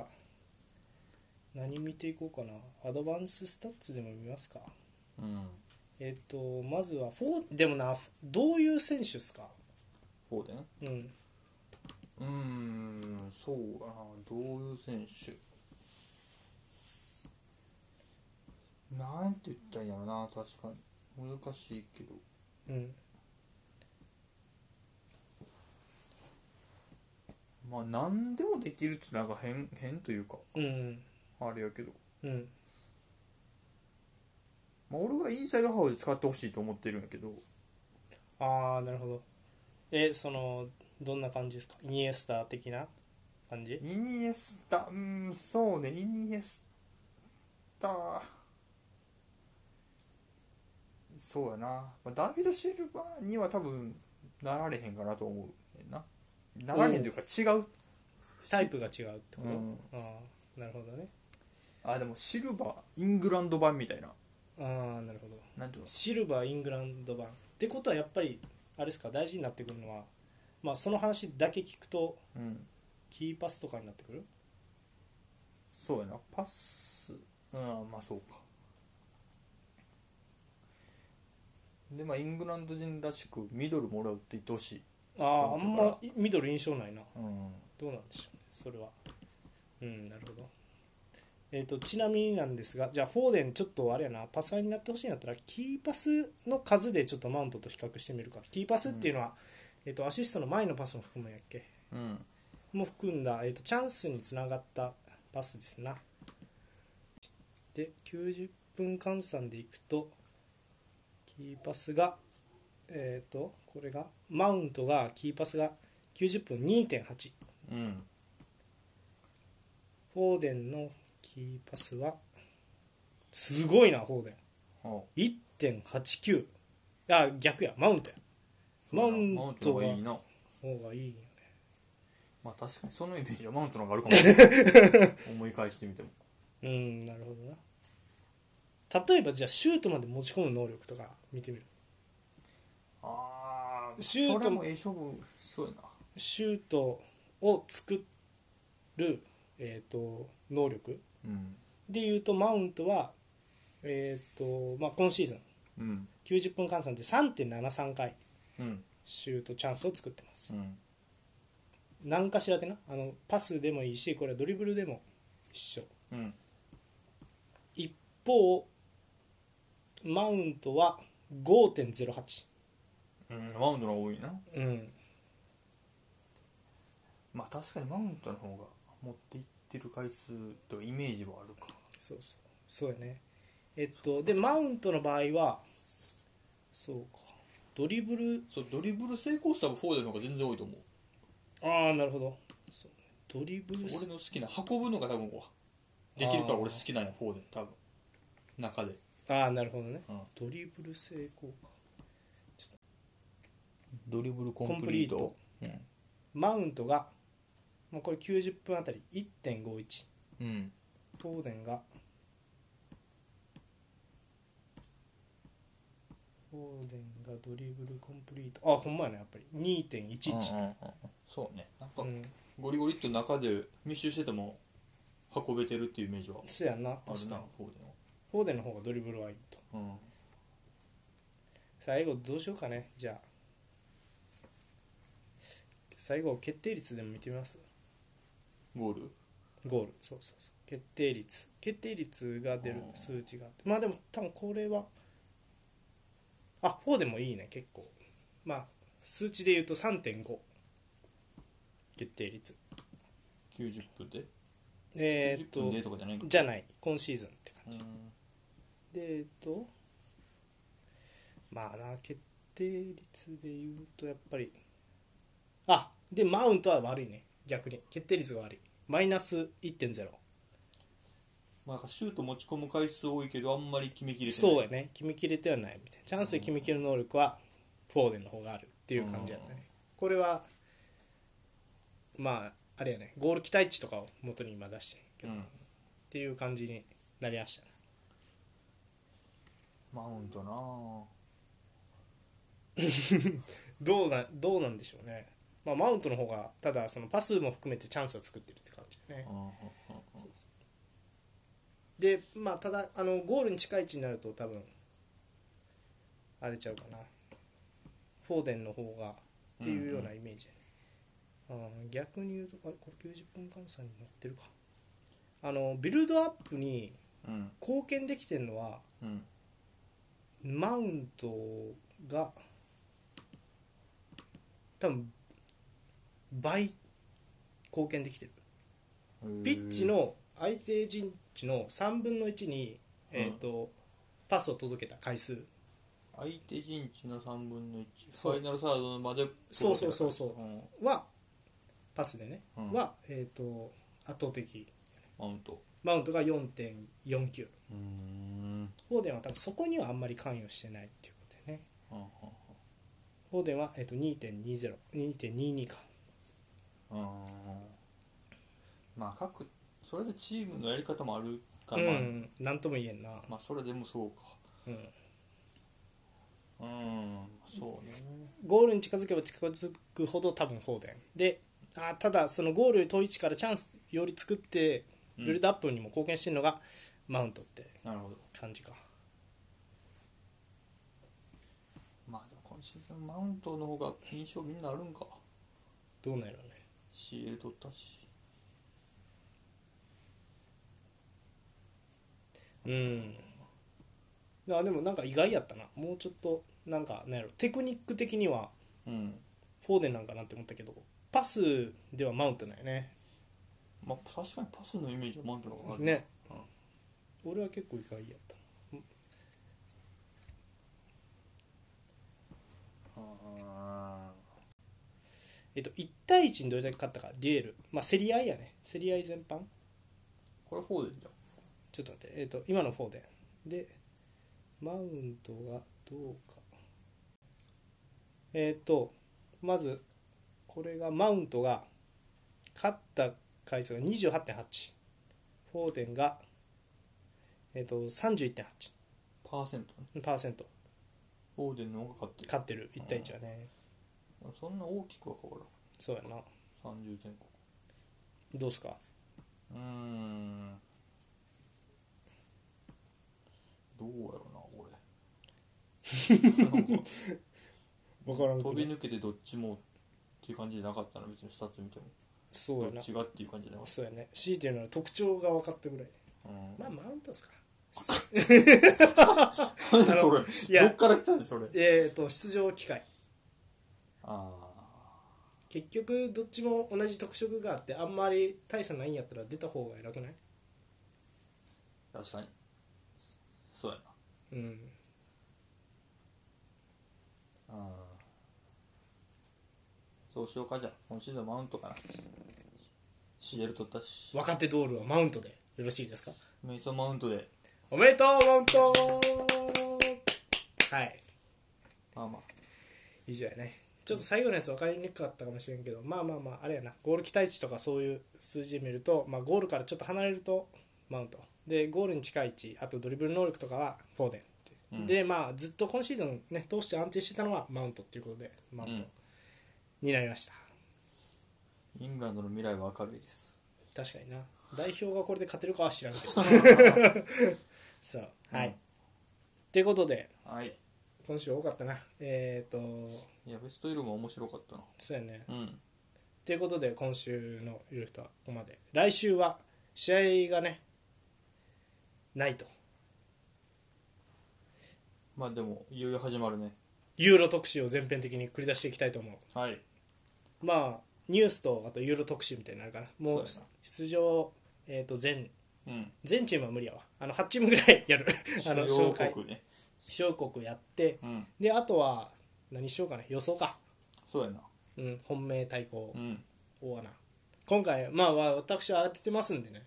A: 何見ていこうかなアドバンススタッツでも見ますか
B: うん
A: えっとまずはフォーでもなフォどういう選手ですか
B: フォーデン
A: うん
B: うーんそうやなどういう選手なんて言ったらいいんやろな確かに難しいけど
A: うん
B: まあ何でもできるってなんか変変というか
A: うん
B: あれやけど、
A: うん
B: まあ、俺はインサイドハーフで使ってほしいと思ってるんやけど
A: ああなるほどえそのどんな感じですかイニエスタ的な感じ
B: イニエスタうんそうねイニエスタそうやな、まあ、ダビド・シルバーには多分なられへんかなと思うねんななられへんというか違う
A: タイプが違うってこと、
B: うん
A: ああなるほどね
B: あでもシルバーイングランド版みたいな
A: ああなるほど
B: なんていうの
A: シルバーイングランド版ってことはやっぱりあれですか大事になってくるのは、まあ、その話だけ聞くと
B: うん
A: キーパスとかになってくる
B: そうやなパスうんまあそうかでまあイングランド人らしくミドルもらうって言ってほしい
A: あああんまミドル印象ないな
B: うん
A: どうなんでしょうねそれはうんなるほどえー、とちなみになんですがじゃあフォーデンちょっとあれやなパサーになってほしいんだったらキーパスの数でちょっとマウントと比較してみるかキーパスっていうのは、えー、とアシストの前のパスも含むんやっけ
B: うん
A: も含んだ、えー、とチャンスにつながったパスですなで90分換算でいくとキーパスがえっ、とこれがマウントがキーパスが90分2.8
B: うん
A: フォーデンのキーパスはすごいなフォーデ
B: あ
A: ン1.89あ逆やマウントやマウント
B: が
A: が
B: いいな
A: 方がいいよね
B: まあ確かにそのイメージはマウントの方があるかもしれない思い返してみても
A: うんなるほどな例えばじゃあシュートまで持ち込む能力とか見てみる
B: ああ
A: シュート
B: それもええ勝負しそうやな
A: シュートを作っる、えー、と能力
B: うん
A: でいうとマウントは、えーとまあ、今シーズン
B: うん
A: 90分換算で3.73回
B: うん
A: シュートチャンスを作ってます
B: うん
A: 何かしらでなあのパスでもいいしこれはドリブルでも一緒
B: うん
A: 一方マウントは5.08
B: うんマウンドの方が多いな
A: うん
B: まあ確かにマウントの方が持っていってる回数とイメージはあるか
A: そうそうそうやねえっとでマウントの場合はそうかドリブル
B: そうドリブル成功したフォーデンの方が全然多いと思う
A: ああなるほどそうねドリブル
B: 俺の好きな運ぶのが多分できるから俺好きなんやフォーデン多分中で
A: ああなるほどね
B: うん
A: ドリブル成功か
B: ドリブルコ
A: ンプリートマウントがもうこれ90分あたり1.51
B: うん、うん、
A: 東電が東電がドリブルコンプリートあほんまやねやっぱり2.11、
B: そうねなん
A: う
B: か
A: ん
B: ゴリゴリっと中で密集してても運べてるっていうイメージは
A: そうやな
B: ある
A: 確か
B: な
A: に
B: フォー
A: 東電の方がドリブルはいいと
B: デンは
A: 最後どうしようかねじゃあ最後決定率でも見てみます
B: うんゴール
A: ゴールそうそうそう決定率決定率が出る
B: あー
A: 数値があってまあでも多分これはあ4でもいいね結構まあ数値で言うと3.5決定率
B: 90分で
A: えーっ
B: 90分
A: と
B: でとかじゃないんか
A: じゃない今シーズンって感
B: うん
A: じでえーっとまあな決定率で言うとやっぱりあでマウントは悪いね逆に決定率が悪いマイナス1.0
B: まあ、なんかシュート持ち込む回数多いけどあんまり決めきれてない
A: そうやね決めきれてはないみたいなチャンスで決めきる能力はフォーデンの方があるっていう感じやね、
B: うん
A: これはまああれやねゴール期待値とかを元に今出してるけど、
B: うん
A: っていう感じになりましたね
B: マウントなあ
A: どうなどうなんでしょうね、まあ、マウントの方がただそのパスも含めてチャンスを作ってるって感じだね、
B: うんうん
A: そうそうでまあただあのゴールに近い位置になると多分荒れちゃうかなフォーデンの方がっていうようなイメージ、あー逆に言うとあれこれ90分換算になってるかあのビルドアップに
B: うん
A: 貢献できてるのは
B: うん
A: マウントが多分倍貢献できてる
B: うん
A: ピッチの相手陣地の3分の1に、
B: うん
A: えーとパスを届けた回数
B: 相手陣地の3分の1フ
A: そう
B: ァイナルサードまで
A: そうそうそうそう
B: うん
A: はパスでね、
B: うん
A: は、えー、と圧倒的
B: マウント
A: マウントが4.49
B: うん
A: フォーデンは多分そこにはあんまり関与してないっていうことでね
B: うん
A: フォーデンは、えー、と2.20、2.22か
B: うんまあ各それでチームのやり方もあるか
A: う
B: ら、
A: ん、なんとも言えんな、
B: まあそれでもそうか
A: うん、
B: うんそうね
A: ゴールに近づけば近づくほど多分フォーデンであーただそのゴール遠い位置からチャンスより作って
B: うん
A: ビルドアップにも貢献してるのがマウントって
B: なるほど
A: 感じか、
B: まあでも今シーズンマウントの方が印象みんなあるんか
A: どうなんやろうね
B: CL 取ったし
A: うんいやでもなんか意外やったなもうちょっとなんかなんやろテクニック的には
B: うん
A: フォーデンなんかなって思ったけどパスではマウントなんよね
B: まあ確かにパスのイメージはマウントの方があるな
A: ね
B: うん
A: 俺は結構意外やった
B: あ
A: えっと1対1にどれだけ勝ったかデュエルまあ競り合いやね競り合い全般
B: ーこれフォーデンじゃん
A: ちょっと待って、えっと今のフォーデンでマウントがどうかえっ、とまずこれがマウントが勝った回数が28.8フォーデンが、えっと31.8%
B: パーセントねフォーデンの方が勝ってる
A: 勝ってる1対1はね
B: そんな大きくは変わらん
A: そうやな
B: 30前後
A: どうっすか
B: うーんどうやろな俺なんか
A: 分からんけど
B: 飛び抜けてどっちもっていう感じじゃなかったな別にスタッツ見ても
A: そう
B: ど
A: や
B: っ
A: な
B: ちがっていう感じじゃなかっ
A: そうやね強いてるのは特徴が分かったぐらい
B: た、うん
A: まあマウントですか
B: 何
A: あの
B: [laughs] それ
A: いや
B: どっから来たんでそれ
A: えっ、と出場機会
B: あ
A: 結局どっちも同じ特色があってあんまり大差ないんやったら出た方が偉くない
B: あ確かにそうや
A: うん
B: なうんそうしようかじゃあ今シーズンマウントかな CL 取ったし
A: 若手ドールはマウントでよろしいですか
B: メイソンマウントで
A: おめでとうマウントはい
B: まあまあ
A: 以上やねちょっと最後のやつ分かりにくかったかもしれんけどまあまあまああれやなゴール期待値とかそういう数字で見ると、まあ、ゴールからちょっと離れるとマウントでゴールに近い位置あとドリブル能力とかはフォーデンって、
B: うん
A: でまあずっと今シーズンね通して安定してたのはマウントっていうことでマウント
B: うん
A: になりました、
B: イングランドの未来は明るいです
A: 確かにな代表がこれで勝てるかは知らん
B: [laughs]
A: けどそうはい、
B: うん
A: ってことで
B: はい
A: 今週多かったなえっ、ー、と
B: いやベストイルも面白かったな
A: そうやね
B: うん
A: ということで今週のゆるふとはここまで来週は試合がねないと
B: まあでもいよいよ始まるね
A: ユーロ特集を全編的に繰り出していきたいと思う
B: はい
A: まあニュースとあとユーロ特集みたいになるかなもう
B: そうやな
A: 出場、えー、と全
B: [laughs] うん
A: 全チームは無理やわあの8チームぐらいやるあの
B: [laughs] 主要
A: 紹介
B: 国ね
A: 小国やって
B: うん
A: であとは何しようかな予想か、
B: そうやな
A: うん、本命対抗
B: うん
A: 大穴今回まあまあ私は当ててますんでね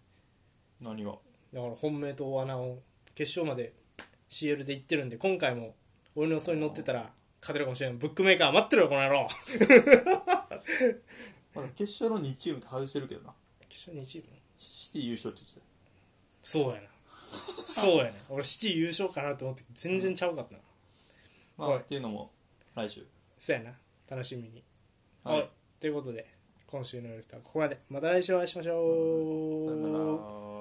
B: 何が
A: だから本命と大穴を決勝まで CL で行ってるんで今回も俺の予想に乗ってたら勝てるかもしれないブックメーカー待ってるよこの野郎
B: まだ決勝の2チームって外してるけどな
A: 決勝2チーム
B: シティ優勝って言ってたよ
A: そうやなそう
B: [laughs]
A: やね俺シティ優勝かなと思って全然ちゃうかったな、
B: まあ、
A: はい
B: っていうのも来週
A: そうやな楽しみに
B: はい
A: ということで今週の夜とはここまでまた来週お会いしましょう
B: さよなら